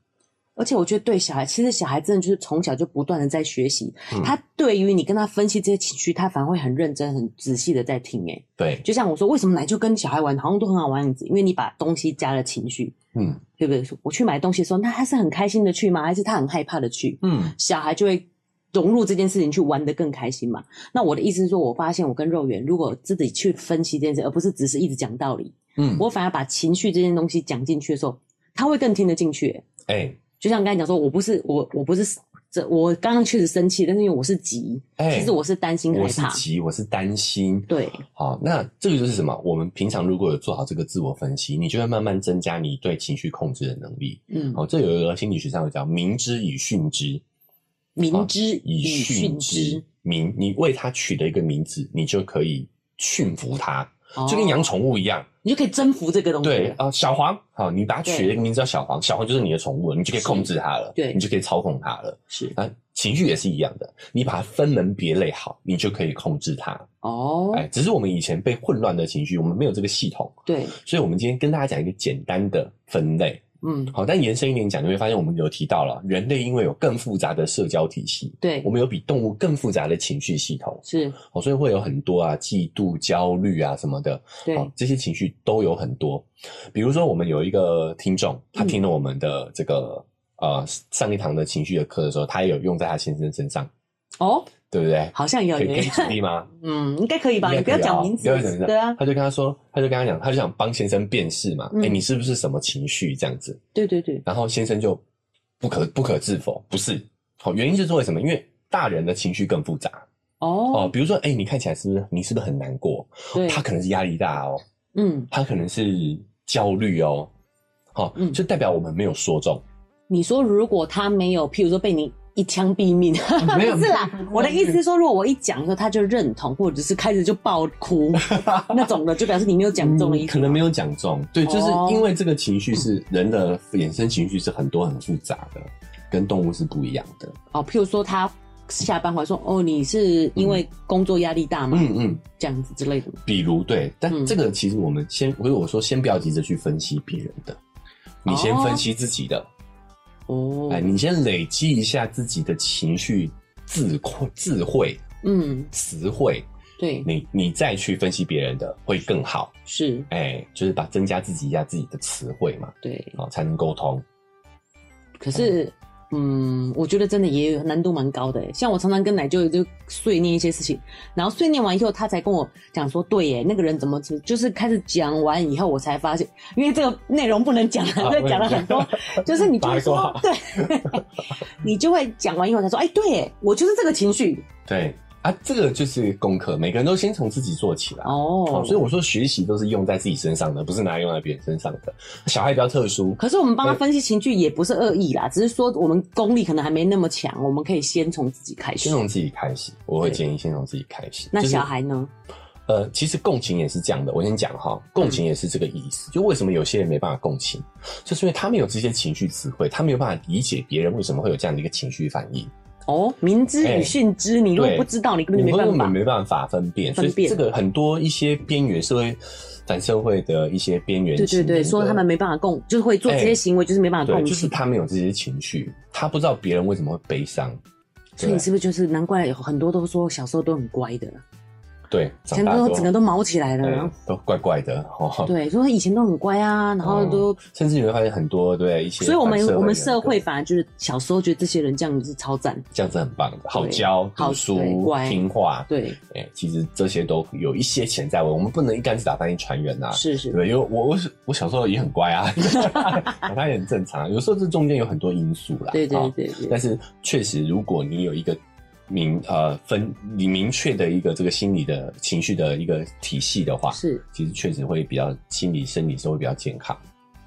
S1: 而且我觉得对小孩，其实小孩真的就是从小就不断的在学习，
S2: 嗯
S1: 他对于你跟他分析这些情绪，他反而会很认真、很仔细的在听。诶，
S2: 对，
S1: 就像我说，为什么奶就跟小孩玩好像都很好玩样子？因为你把东西加了情绪，
S2: 嗯
S1: 对不对？我去买东西的时候，那他是很开心的去吗？还是他很害怕的去？
S2: 嗯，
S1: 小孩就会融入这件事情，去玩得更开心嘛。那我的意思是说，我发现我跟肉圆如果自己去分析这件事，而不是只是一直讲道理，
S2: 嗯
S1: 我反而把情绪这件东西讲进去的时候，他会更听得进去、诶欸
S2: 哎、
S1: 就像刚才讲说，我不是我我不是这我刚刚确实生气，但是因为我是急，
S2: 哎
S1: 其实我是担心害
S2: 我是
S1: 怕，
S2: 急，我是担心。
S1: 对
S2: 好，那这个就是什么？我们平常如果有做好这个自我分析，你就会慢慢增加你对情绪控制的能力。
S1: 嗯，
S2: 好，这有一个心理学上有叫“明知以训之”，
S1: 明知以
S2: 以训
S1: 训
S2: 哦之
S1: 之，
S2: 名，你为它取了一个名字，你就可以驯服它，
S1: 哦
S2: 就跟养宠物一样。
S1: 你就可以征服这个东西
S2: 对
S1: 了，
S2: 啊、小黄，好，你把它取了一个名字叫小黄，小黄就是你的宠物了，你就可以
S1: 是
S2: 控制它了，
S1: 对
S2: 你就可以操控它了。
S1: 是
S2: 啊，情绪也是一样的，你把它分门别类好，你就可以控制它。
S1: 哦，
S2: 哎，只是我们以前被混乱的情绪，我们没有这个系统，
S1: 对，
S2: 所以我们今天跟大家讲一个简单的分类。
S1: 嗯，
S2: 好，但延伸一点讲，你会发现我们有提到了，人类因为有更复杂的社交体系，
S1: 对
S2: 我，们有比动物更复杂的情绪系统，
S1: 是，
S2: 哦，所以会有很多啊，嫉妒、焦虑啊什么的，
S1: 对，
S2: 哦，这些情绪都有很多。比如说，我们有一个听众，
S1: 嗯
S2: 他听了我们的这个、呃上一堂的情绪的课的时候，他也有用在他先生身上，
S1: 哦，
S2: 对不对？
S1: 好像有
S2: 可以可
S1: 有
S2: 以， 举例吗？
S1: 嗯，应该可以吧？你
S2: 应
S1: 不
S2: 该
S1: 要
S2: 可以啊
S1: 讲名字
S2: 不要讲名，字
S1: 对啊，
S2: 他就跟他说，他就跟他讲，他就想帮先生辨识嘛，哎、
S1: 嗯
S2: 你是不是什么情绪这样子？
S1: 对对对，
S2: 然后先生就不可不可置否，不是。好，原因就是为什么？因为大人的情绪更复杂哦、
S1: 哦，
S2: 比如说，哎、你看起来是不是你是不是很难过？
S1: 对，
S2: 他可能是压力大哦，
S1: 嗯，
S2: 他可能是焦虑哦。好、
S1: 嗯
S2: 就代表我们没有说中。
S1: 你说如果他没有，譬如说被你一枪毙命，
S2: 啊 没有
S1: 不是啦
S2: 不是不，是
S1: 我的意思是说，如果我一讲的时候他就认同，或者是开始就爆 哭那种的，就表示你没有讲中的
S2: 嗯
S1: 意思。
S2: 可能没有讲中。对，就是
S1: 哦
S2: 因为这个情绪是人的衍生情绪是很多很复杂的，跟动物是不一样的。
S1: 哦，譬如说他下班回来说，哦，你是因为工作压力大嘛，
S2: 嗯嗯，
S1: 这样子之类的。
S2: 比如对，但
S1: 嗯
S2: 这个其实我们先，所以我说先不要急着去分析别人的，你先分析自己的，
S1: 哦，
S2: 哎，你先累积一下自己的情绪智慧、智慧
S1: 嗯，
S2: 词汇，
S1: 对，
S2: 你你再去分析别人的会更好。
S1: 是，
S2: 哎，就是把增加自己一下自己的词汇嘛，
S1: 对。
S2: 啊、才能沟通。
S1: 可是，嗯，我觉得真的也有难度蛮高的耶。欸像我常常跟奶舅就碎念一些事情，然后碎念完以后，他才跟我讲说，对耶，那个人怎么就是开始讲完以后，我才发现，因为这个内容不能讲
S2: 啊
S1: 了，就讲了很多，就是你就会说
S2: 八卦，
S1: 对， 你就会讲完以后才说，哎，对耶，我就是这个情绪
S2: 对啊，这个就是功课，每个人都先从自己做起来。
S1: 哦
S2: 哦，。所以我说学习都是用在自己身上的，不是拿来用在别人身上的。小孩比较特殊，
S1: 可是我们帮他分析情绪也不是恶意啦，只是说我们功力可能还没那么强，我们可以先从自己开始
S2: 先。从自己开始，我会
S1: 对
S2: 建议先从自己开始。
S1: 那
S2: 就是
S1: 小孩呢？
S2: 呃，其实共情也是这样的，我先讲哈，共
S1: 嗯
S2: 情也是这个意思。就为什么有些人没办法共情，就是因为他们有这些情绪词汇，他没有办法理解别人为什么会有这样的一个情绪反应。
S1: 哦，明知
S2: 哎
S1: 与训知，你如果
S2: 对
S1: 不知道，你根
S2: 你
S1: 本就没办
S2: 会根本
S1: 法。
S2: 没办法分辨，
S1: 分
S2: 所以
S1: 辨
S2: 这个很多一些边缘社会、反社会的一些边缘
S1: 对对
S2: 型的哎
S1: 对，说他们没办法共，就是会做这些行为，就是没办法
S2: 对，
S1: 共
S2: 就是
S1: 情。
S2: 他们有这些情绪，他不知道别人为什么会悲伤。
S1: 所以你是
S2: 对啊
S1: 不是就是难怪有很多都说小时候都很乖的，
S2: 对，
S1: 现
S2: 长
S1: 在
S2: 大
S1: 都
S2: 都
S1: 整个都毛起来了，
S2: 对
S1: 然后
S2: 都怪怪的哦。
S1: 对，说以前都很乖啊，然后都，
S2: 甚至你会发现很多对一些
S1: 所以
S2: 哦反
S1: 我
S2: 社会的人，
S1: 们我们社会反而就是小时候觉得这些人这样子超赞，
S2: 这样子很棒的，好教、
S1: 好
S2: 读书
S1: 对、乖
S2: 听话，
S1: 对，
S2: 哎、其实这些都有一些潜在问，我们不能一竿子打翻一船人啊。
S1: 是是，
S2: 对，因为我我我小时候也很乖啊， 他也很正常。啊有时候这中间有很多因素啦，
S1: 对
S2: 哦
S1: 对对对，
S2: 但是确实，如果你有一个明呃分你明确的一个这个心理的情绪的一个体系的话，
S1: 是
S2: 其实确实会比较心理生理都会比较健康。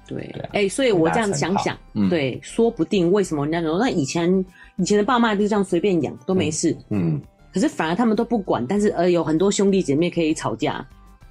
S1: 对
S2: 对啊，
S1: 哎，所以我这样想想，
S2: 嗯，，
S1: 对，说不定为什么人家说那以前以前的爸妈就这样随便养都没事，
S2: 嗯，
S1: 可是反而他们都不管，但是呃，有很多兄弟姐妹可以吵架，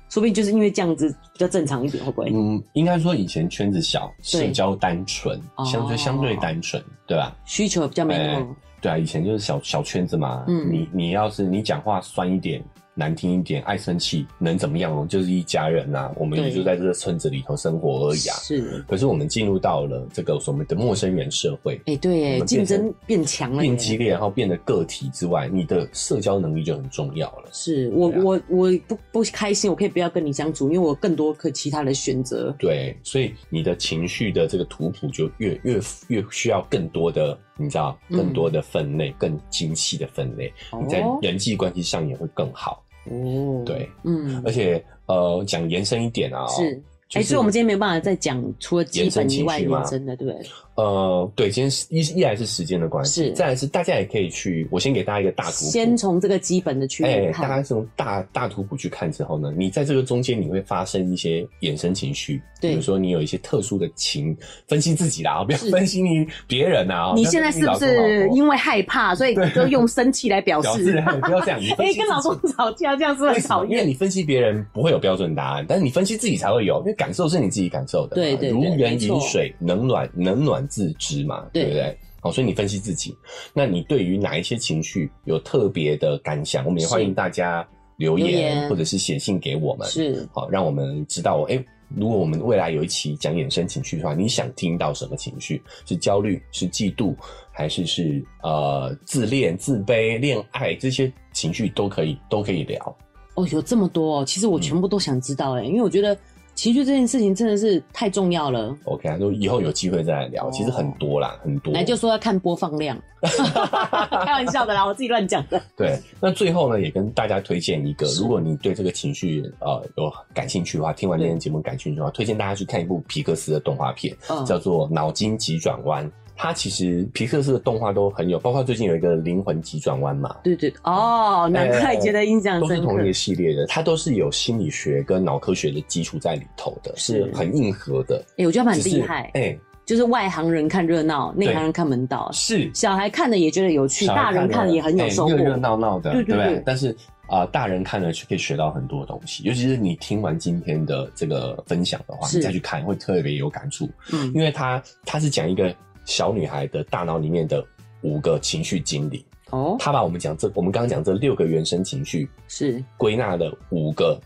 S1: 说不定就是因为这样子比较正常一点，会不会？
S2: 嗯，应该说以前圈子小，社交单纯，
S1: 哦
S2: 相对相对单纯，对吧？
S1: 需求比较没那
S2: 哎
S1: 么……
S2: 对啊，以前就是小小圈子嘛，
S1: 嗯
S2: 你你要是你讲话酸一点。难听一点，爱生气，能怎么样哦？就是一家人呐、我们也
S1: 对
S2: 就在这个村子里头生活而已啊。
S1: 是，
S2: 可是我们进入到了这个所谓的陌生人社会，
S1: 哎，对，
S2: 我
S1: 哎
S2: 们
S1: 竞
S2: 变成
S1: 争变强了耶，
S2: 变激烈，然后变得个体之外，你的社交能力就很重要了。
S1: 是我
S2: 对啊
S1: 我我不不开心，我可以不要跟你相处，因为我更多可其他的选择。
S2: 对，所以你的情绪的这个图谱就越越越需要更多的，你知道，
S1: 嗯
S2: 更多的分类，更精细的分类，你在
S1: 哦，
S2: 人际关系上也会更好。
S1: 哦，
S2: 对，
S1: 嗯，
S2: 而且呃，讲延伸一点啊、
S1: 是。
S2: 就
S1: 哎，
S2: 是
S1: 所以我们今天没有办法再讲除了基
S2: 延伸
S1: 本以
S2: 情
S1: 外
S2: 绪吗
S1: 延伸的，对不对？
S2: 呃，对，今天是一一来是时间的关系，
S1: 是
S2: 再来是大家也可以去，我先给大家一个大图谱，
S1: 先从这个基本的去
S2: 啊哎、大
S1: 看，
S2: 家从大大图谱去看之后呢，你在这个中间你会发生一些衍生情绪，
S1: 对
S2: 比如说你有一些特殊的情，分析自己啦，哦不要
S1: 是
S2: 分析你别人啊。
S1: 你现在是不是因为害怕， 所以就用生气来表
S2: 表
S1: 示
S2: 示？不要这样？你分
S1: 哎，
S2: 析
S1: 跟
S2: 自
S1: 老
S2: 己
S1: 公吵架这样是不是
S2: 为
S1: 很
S2: 什么
S1: 讨
S2: 因为
S1: 厌？
S2: 你分析别人不会有标准答案，但是你分析自己才会有，因为感受是你自己感受的嘛，
S1: 对对对
S2: 如人
S1: 没错
S2: 饮水，能暖能暖自知嘛，
S1: 对
S2: 对不对？好，所以你分析自己，那你对于哪一些情绪有特别的感想？我们也
S1: 是
S2: 欢迎大家留言
S1: 留言
S2: 或者是写信给我们，
S1: 是
S2: 好，让我们知道，哎、如果我们未来有一期讲衍生情绪的话，你想听到什么情绪？是焦虑，是嫉妒，还是是呃自恋、自卑、恋爱这些情绪都可以，都可以聊。
S1: 哦，有这么多哦，其实我全部都想知道哎、因为我觉得情绪这件事情真的是太重要了。
S2: OK 啊，就以后有机会再来聊。
S1: 哦
S2: 其实很多啦，很多。
S1: 来就说要看播放 量，开玩笑的啦，我自己乱 讲的。
S2: 对。那最后呢，也跟大家推荐一个，
S1: 是
S2: 如果你对这个情绪呃有感兴趣的话，听完今天节目感兴趣的话，推荐大家去看一部皮克斯的动画片，
S1: 嗯，
S2: 叫做《脑筋急转弯》。他其实皮克斯的动画都很有，包括最近有一个《灵魂急转弯》嘛，
S1: 对对哦，难怪
S2: 呃
S1: 觉得印象
S2: 都是
S1: 深刻
S2: 同一。个系列的，它都是有心理学跟脑科学的基础在里头的，
S1: 是
S2: 是很硬核的，
S1: 哎、我觉得蛮
S2: 只是
S1: 厉害，
S2: 哎、
S1: 就是外行人看热闹，内
S2: 对
S1: 行人看门道。
S2: 是
S1: 小孩看的也觉得有趣，
S2: 小孩
S1: 大人看
S2: 了
S1: 的也很有
S2: 哎
S1: 收获。
S2: 热热闹闹的，
S1: 对对
S2: 不
S1: 对
S2: 但是啊、呃大人看了可以学到很多东西，尤其是你听完今天的这个分享的话，
S1: 是
S2: 你再去看会特别有感触，
S1: 嗯，
S2: 因为它它是讲一个小女孩的大脑里面的五个情绪经理，
S1: 哦，
S2: 他把我们讲这我们刚刚讲这六个原生情绪
S1: 是，
S2: 归纳了五个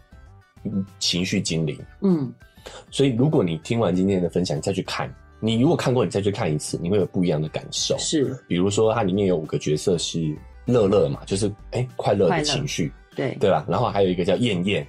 S2: 嗯情绪经理，
S1: 嗯，
S2: 所以如果你听完今天的分享，你再去看，你如果看过，你再去看一次，你会有不一样的感受。
S1: 是，
S2: 比如说它里面有五个角色是乐乐嘛，就是哎、快乐的情绪，
S1: 对，
S2: 对吧？然后还有一个叫燕燕。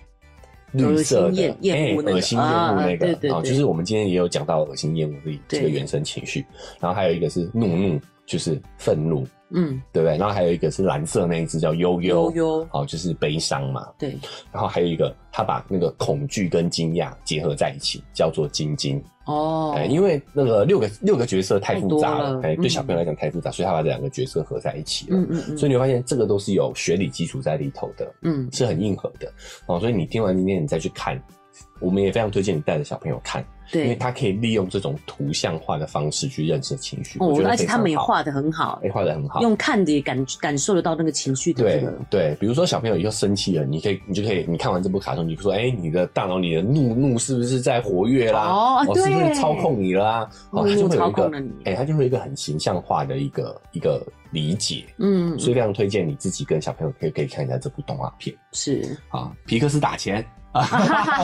S2: 绿色
S1: 恶心
S2: 的哎
S1: 厌，厌恶那个
S2: 恶心厌恶那
S1: 啊对
S2: 个
S1: 对
S2: 哦
S1: 对
S2: 就是我们今天也有讲到恶心厌恶这一
S1: 对
S2: 这个原生情绪，然后还有一个是怒怒，就是愤怒，
S1: 嗯，
S2: 对不对？然后还有一个是蓝色那一只叫悠悠
S1: 悠，悠，
S2: 哦，就是悲伤嘛。
S1: 对，
S2: 然后还有一个，他把那个恐惧跟惊讶结合在一起，叫做晶晶。
S1: 哦，
S2: 哎、因为那个六个六个角色太复杂
S1: 太多了
S2: 了，哎、
S1: 嗯
S2: 对小朋友来讲太复杂，所以他把这两个角色合在一起了。
S1: 嗯嗯嗯，
S2: 所以你会发现，这个都是有学理基础在里头的，
S1: 嗯，
S2: 是很硬核的哦。所以你听完今天，你再去看，我们也非常推荐你带着小朋友看，因为
S1: 对，
S2: 他可以利用这种图像化的方式去认识情绪。
S1: 哦
S2: 我觉，得
S1: 而且
S2: 非常
S1: 他们也
S2: 好，
S1: 画的很好
S2: 哎、，画的很好。
S1: 用看的也感感受得到那个情绪的这
S2: 对
S1: 个，
S2: 对，比如说小朋友以后生气了，你可以，你就可以，你看完这部卡通，你就说，哎、你的大脑里的怒怒是不是在活跃啦？
S1: 哦对
S2: 是不是操控你啦、
S1: 怒
S2: 哦，
S1: 怒
S2: 他就会有
S1: 操
S2: 一个
S1: 控了你，
S2: 哎、他就会有一个很形象化的一个一个理解，
S1: 嗯，
S2: 所以非常推荐你自己跟小朋友可以可以看一下这部动画片
S1: 是，
S2: 啊，皮克斯打钱 啊，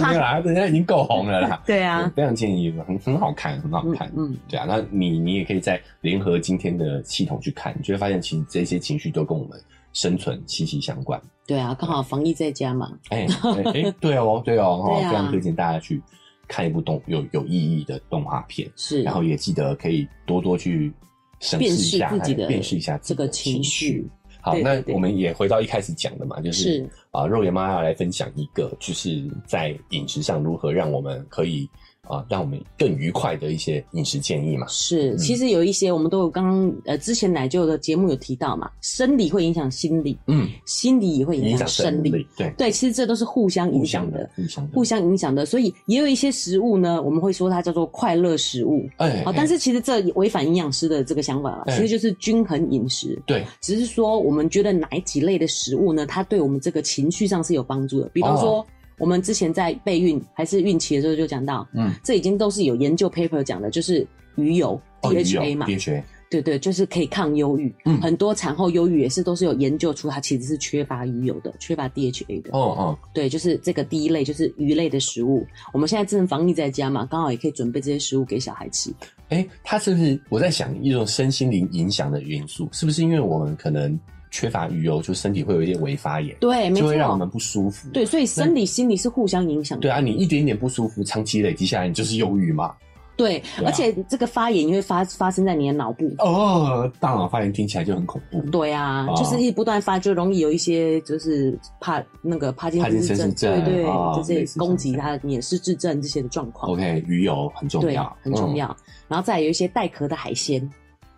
S2: 没有啦，人家已经够红了啦，
S1: 对 啊，
S2: 非常建议，很很好看，很好
S1: 嗯
S2: 看。
S1: 嗯，
S2: 对啊，那你你也可以再联合今天的系统去看，你就会发现其实这些情绪都跟我们生存息息相关。
S1: 对啊，刚好防疫在家嘛，
S2: 哎哎哎，对哦对哦，哦
S1: 对啊
S2: 非常推荐大家去看一部动有有意义的动画片，
S1: 是，
S2: 然后也记得可以多多去审视一下，
S1: 辨识自己的
S2: 哎辨识一下自己
S1: 这个
S2: 的
S1: 情
S2: 情
S1: 绪。
S2: 好，
S1: 对对
S2: 那
S1: 对
S2: 我们也回到一开始讲的嘛，就是
S1: 是
S2: 啊、肉圆妈要来分享一个，就是在饮食上如何让我们可以啊、让我们更愉快的一些饮食建议嘛。
S1: 是，
S2: 嗯
S1: 其实有一些我们都有刚刚呃之前奶舅的节目有提到嘛，生理会影响心理，
S2: 嗯，
S1: 心理也会影
S2: 影
S1: 响
S2: 响
S1: 生
S2: 生
S1: 理，
S2: 理，对，
S1: 对，其实这都是互相影
S2: 互
S1: 响
S2: 相
S1: 的
S2: 的，，互相的，
S1: 互相影响的，所以也有一些食物呢，我们会说它叫做快乐食物。
S2: 哎，
S1: 啊，
S2: 哎
S1: 但是其实这也违反营养师的这个想法了，其
S2: 哎
S1: 实就是均衡饮食，
S2: 对，
S1: 只是说我们觉得哪几类的食物呢，它对我们这个情绪上是有帮助的。比方
S2: 哦
S1: 说，我们之前在备孕还是孕期的时候就讲到，
S2: 嗯，
S1: 这已经都是有研究 paper 讲的，就是鱼油
S2: 哦鱼油
S1: DHA 嘛，
S2: ，DHA，
S1: 对对，就是可以抗忧郁，
S2: 嗯
S1: 很多产后忧郁也是都是有研究出它其实是缺乏鱼油的，缺乏 DHA 的。
S2: 哦哦，
S1: 对，就是这个第一类，就是鱼类的食物。我们现在正防疫在家嘛，刚好也可以准备这些食物给小孩吃。
S2: 哎，它是不是我在想一种身心灵影响的因素？是不是因为我们可能缺乏鱼油，就身体会有一些微发炎，
S1: 对，没
S2: 就会让我们
S1: 错。
S2: 不舒服？
S1: 对，所以生理、心理是互相影响的。
S2: 对啊，你一点一点不舒服，长期累积下来，你就是忧郁嘛。
S1: 对，
S2: 对啊
S1: 而且这个发炎也会发发生在你的脑部。
S2: 哦，大脑发炎听起来就很恐怖。
S1: 对啊，
S2: 哦
S1: 就是一不断发，就容易有一些就是帕那个帕金
S2: 帕金
S1: 森
S2: 森
S1: 症，
S2: 氏症
S1: 对对，
S2: 哦
S1: 这
S2: 类
S1: 些
S2: 似
S1: 攻击
S2: 像这
S1: 他你的失智症这些的状况。
S2: OK，鱼油很重
S1: 对
S2: 要，，
S1: 很
S2: 嗯
S1: 重要。然后再有一些带壳的海鲜，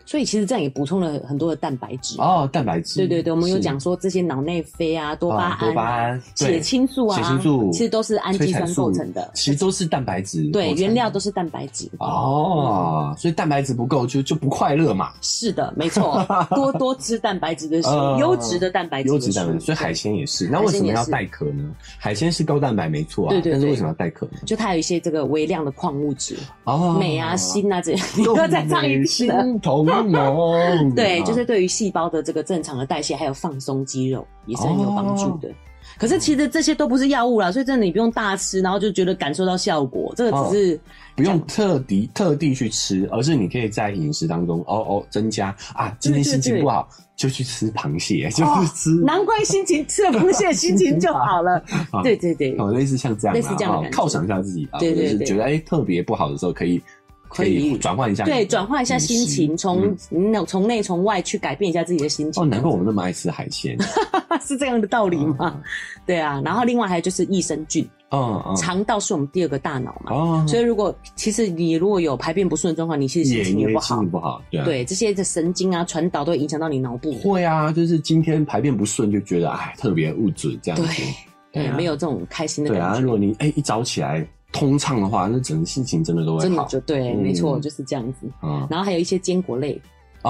S1: 所以其实这样也补充了很多的蛋白质。
S2: 嗯。哦，蛋白质。
S1: 对对对，我们有
S2: 是
S1: 讲说这些脑内啡啊、多巴
S2: 啊多
S1: 胺、
S2: 巴胺、
S1: 血
S2: 对
S1: 清素啊
S2: 血清素
S1: 其实都是氨基酸构成的
S2: 催产素其实都是蛋白质构成
S1: 对，
S2: 的。
S1: 原料都是蛋白质。
S2: 哦，所以蛋白质不够就就不快乐嘛，
S1: 是的，没 错，多多吃蛋白质的食物，
S2: 呃
S1: 优质的蛋白质，
S2: 优质蛋白质，所以海。鲜也是。那
S1: 海
S2: 为
S1: 鲜
S2: 什么
S1: 也
S2: 要
S1: 是
S2: 带壳呢？海鲜是高蛋白没错啊，
S1: 对对
S2: 但是
S1: 对
S2: 为什么要带壳呢？
S1: 就它有一些这个微量的矿物质，
S2: 哦，
S1: 镁啊、 锌啊这些， 你
S2: 又
S1: 不要再唱一遍了。，
S2: 心头浓
S1: 对，就是对于细胞的这个正常的代谢，还有放松肌肉，也是很有帮助
S2: 哦
S1: 的。可是其实这些都不是药物啦，所以真的你不用大吃，然后就觉得感受到效果，这个只是、
S2: 不用特地特地去吃，而是你可以在饮食当中哦哦增加啊，今天心情不好就去吃螃
S1: 哦
S2: 蟹，就是吃
S1: 难怪心情吃了螃蟹心情就好 了。
S2: 啊
S1: 对对对，
S2: 哦类似像这样啊，
S1: 类似这样的感觉
S2: 哦犒赏一下自己啊，
S1: 对对
S2: 就是
S1: 对
S2: 觉得哎特别不好的时候可以
S1: 可以
S2: 转换一下，
S1: 对转换一下心情，从
S2: 嗯
S1: 内从内从外去改变一下自己的心情。
S2: 哦，难怪我们那么爱吃海 鲜，
S1: 是这样的道理吗？对啊，然后另外还有就是益生菌，
S2: 嗯嗯，
S1: 肠道是我们第二个大脑嘛，
S2: 哦，
S1: 所以如果其实你如果有排便不顺的状况，你其实心
S2: 也
S1: 情也不
S2: 心
S1: 好
S2: 情，不好，对啊，
S1: 对这些的神经啊传导都会影响到你脑部。
S2: 会啊，就是今天排便不顺，就觉得哎特别不准这样子
S1: 对，对，
S2: 啊
S1: 没有这种开心的
S2: 对
S1: 感
S2: 啊，
S1: 觉，
S2: 如果你哎、一早起来通畅的话，那整个心情真的都会
S1: 真的
S2: 好，
S1: 就对，
S2: 嗯
S1: 没错，就是这样子。
S2: 嗯
S1: 然后还有一些坚果类，坚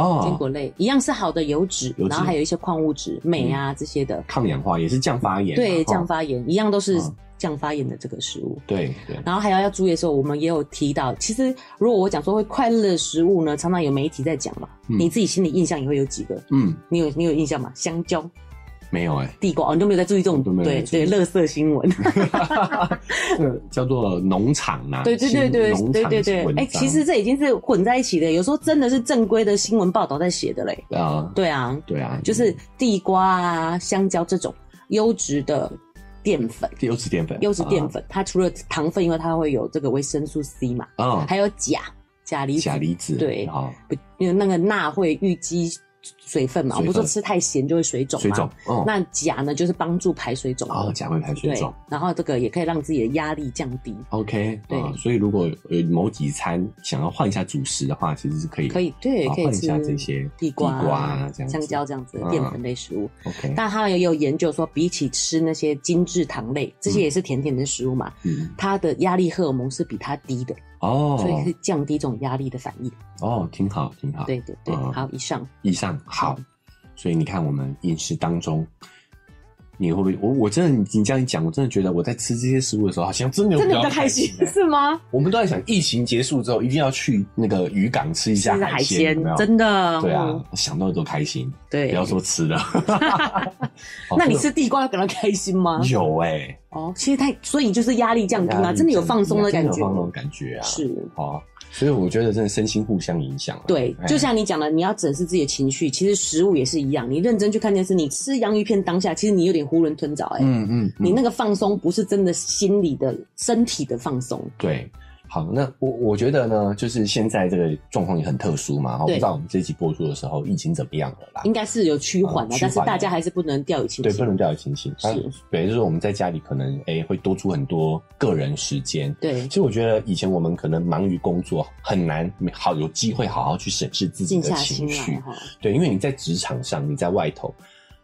S2: 哦，
S1: 果类一样是好的油脂，
S2: 油脂
S1: 然后还有一些矿物质、镁啊这些的，
S2: 抗氧化也是降发炎嘛，
S1: 对，
S2: 哦
S1: 降发炎一样都是
S2: 嗯
S1: 降发炎的这个食物。
S2: 对对，
S1: 然后还要要注意的时候，我们也有提到，其实如果我讲说会快乐的食物呢，常常有媒体在讲嘛，
S2: 嗯
S1: 你自己心里印象也会有几个，
S2: 嗯，
S1: 你有你有印象吗？香蕉、
S2: 没有哎、
S1: 地瓜，哦，你都没有在注意这种
S2: 我都没有在
S1: 对
S2: 注意
S1: 对，垃圾新 闻，
S2: 这个叫做农场呐、啊，
S1: 对对对对
S2: 新农
S1: 对
S2: 场
S1: 对对，
S2: 文
S1: 哎、
S2: 章
S1: 其实这已经是混在一起的，有时候真的是正规的新闻报道在写的嘞，
S2: 啊，
S1: 对啊，
S2: 对啊，
S1: 就是地瓜啊、香蕉这种优质的淀粉。
S2: 优质淀粉，
S1: 优质淀粉，它除了糖分以外，它会有这个维生素 C 嘛，
S2: 啊，哦
S1: 还有钾、钾离子
S2: 钾离子，
S1: 对
S2: 好，
S1: 不，因为那个钠会淤积水分嘛，我
S2: 水分
S1: 们说吃太咸就会水肿嘛。
S2: 水肿，哦，
S1: 那钾呢，就是帮助排水肿。
S2: 哦，钾会排水
S1: 对
S2: 肿。，
S1: 然后这个也可以让自己的压力降低，
S2: OK，
S1: 对
S2: 啊所以如果呃某几餐想要换一下主食的话，其实是可以，
S1: 可以对，
S2: 啊
S1: 可以
S2: 换一
S1: 吃
S2: 下这些
S1: 地瓜啊、
S2: 地瓜啊这样子
S1: 香蕉这样子的
S2: 嗯
S1: 淀粉类食物。
S2: OK，
S1: 但他们也有研究说，比起吃那些精致糖类，这些也是甜甜的食物嘛，
S2: 嗯，
S1: 它的压力荷尔蒙是比它低的，
S2: 哦，
S1: 所以可以降低这种压力的反应。
S2: 哦，挺好，挺好。
S1: 对对对，
S2: 嗯
S1: 好，以上
S2: 以上好，所以你看我们饮食当中，你会不会？我我真的你你这样一讲，我真的觉得我在吃这些食物的时候，好像真的有
S1: 真的比较
S2: 较
S1: 开
S2: 心
S1: 心
S2: 欸。
S1: 是吗？
S2: 我们都在想，疫情结束之后一定要去那个渔港吃一下
S1: 是
S2: 海
S1: 海
S2: 鲜，有
S1: 鲜
S2: 没有，
S1: 真的
S2: 对啊
S1: 嗯，
S2: 想到的都开心。
S1: 对，
S2: 不要说吃了，哦
S1: 那你
S2: 真
S1: 吃地瓜有感到开心吗
S2: 的？有哎，
S1: 哦，其实太，所以就是压力降低
S2: 压
S1: 嘛，
S2: 力
S1: 真的有放松的感
S2: 嗯真
S1: 觉
S2: 有，放松的感觉啊，
S1: 是。
S2: 哦，所以我觉得真的身心互相影响啊。
S1: 对，
S2: 哎
S1: 就像你讲的，你要整治自己的情绪，其实食物也是一样。你认真去看电视，你吃洋芋片当下，其实你有点囫囵吞枣、哎、
S2: 嗯嗯，嗯
S1: 你那个放松不是真的心理的、身体的放松，
S2: 对，好，那我我觉得呢，就是现在这个状况也很特殊嘛，我不
S1: 对
S2: 知道我们这期播出的时候疫情怎么样了啦
S1: 应。该是有趋缓的、
S2: 嗯趋缓
S1: 但是大家还是不能掉以轻
S2: 对，不
S1: 心。
S2: 能掉以轻心。
S1: 是
S2: 啊对，就是我们在家里可能诶、会多出很多个人时间。
S1: 对
S2: 其，实我觉得以前我们可能忙于工作，很难好有机会好好去审视自己
S1: 静
S2: 的
S1: 下心
S2: 情
S1: 来
S2: 绪。
S1: 哈。
S2: 对，因为你在职场上，你在外头，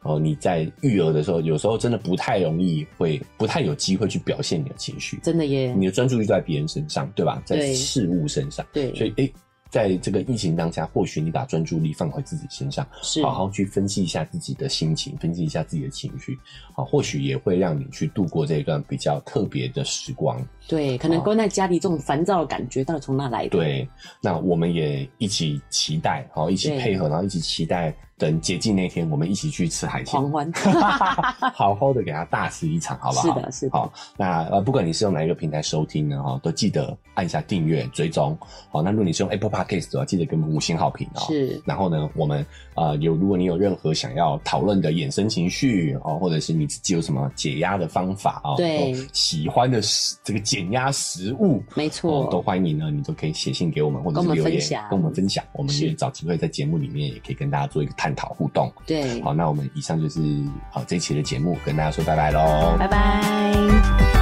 S2: 哦、你在育儿的时候，有时候真的不太容易会，不太有机会去表现你的情绪。
S1: 真的耶，
S2: 你的专注力都在别人身上，对吧？在
S1: 对
S2: 事物身上。
S1: 对，
S2: 所以，诶，在这个疫情当下，或许你把专注力放回自己身上，
S1: 是
S2: 好好去分析一下自己的心情，分析一下自己的情绪，好，或许也会让你去度过这一段比较特别的时光。
S1: 对，可能
S2: 好
S1: 关在家里这种烦躁的感觉到底从哪来的？
S2: 对，那我们也一起期待，好，一起
S1: 对
S2: 配合，然后一起期待，等解禁那天，我们一起去吃海鲜。
S1: 狂 欢，
S2: 好好的给它大吃一场，好不 好？
S1: 是的是的
S2: 好，那呃，不管你是用哪一个平台收听呢，哈，都记得按下订阅、追踪。好，那如果你是用 Apple Podcast 的话，记得给我们五星好评哦。
S1: 是
S2: 然后呢，我们呃有，如果你有任何想要讨论的衍生情绪哦，或者是你自己有什么解压的方法哦，
S1: 对
S2: 或喜欢的食这个减压食物，
S1: 没错
S2: 哦，都欢迎呢，你都可以写信给我们，或者
S1: 跟我
S2: 是
S1: 们
S2: 留
S1: 分
S2: 言
S1: 享
S2: 跟我们分享，我们
S1: 是
S2: 也找机会在节目里面也可以跟大家做一个探讨互动。
S1: 对，
S2: 呃好，那我们以上就是好这一期的节目，跟大家说拜拜喽，
S1: 拜拜。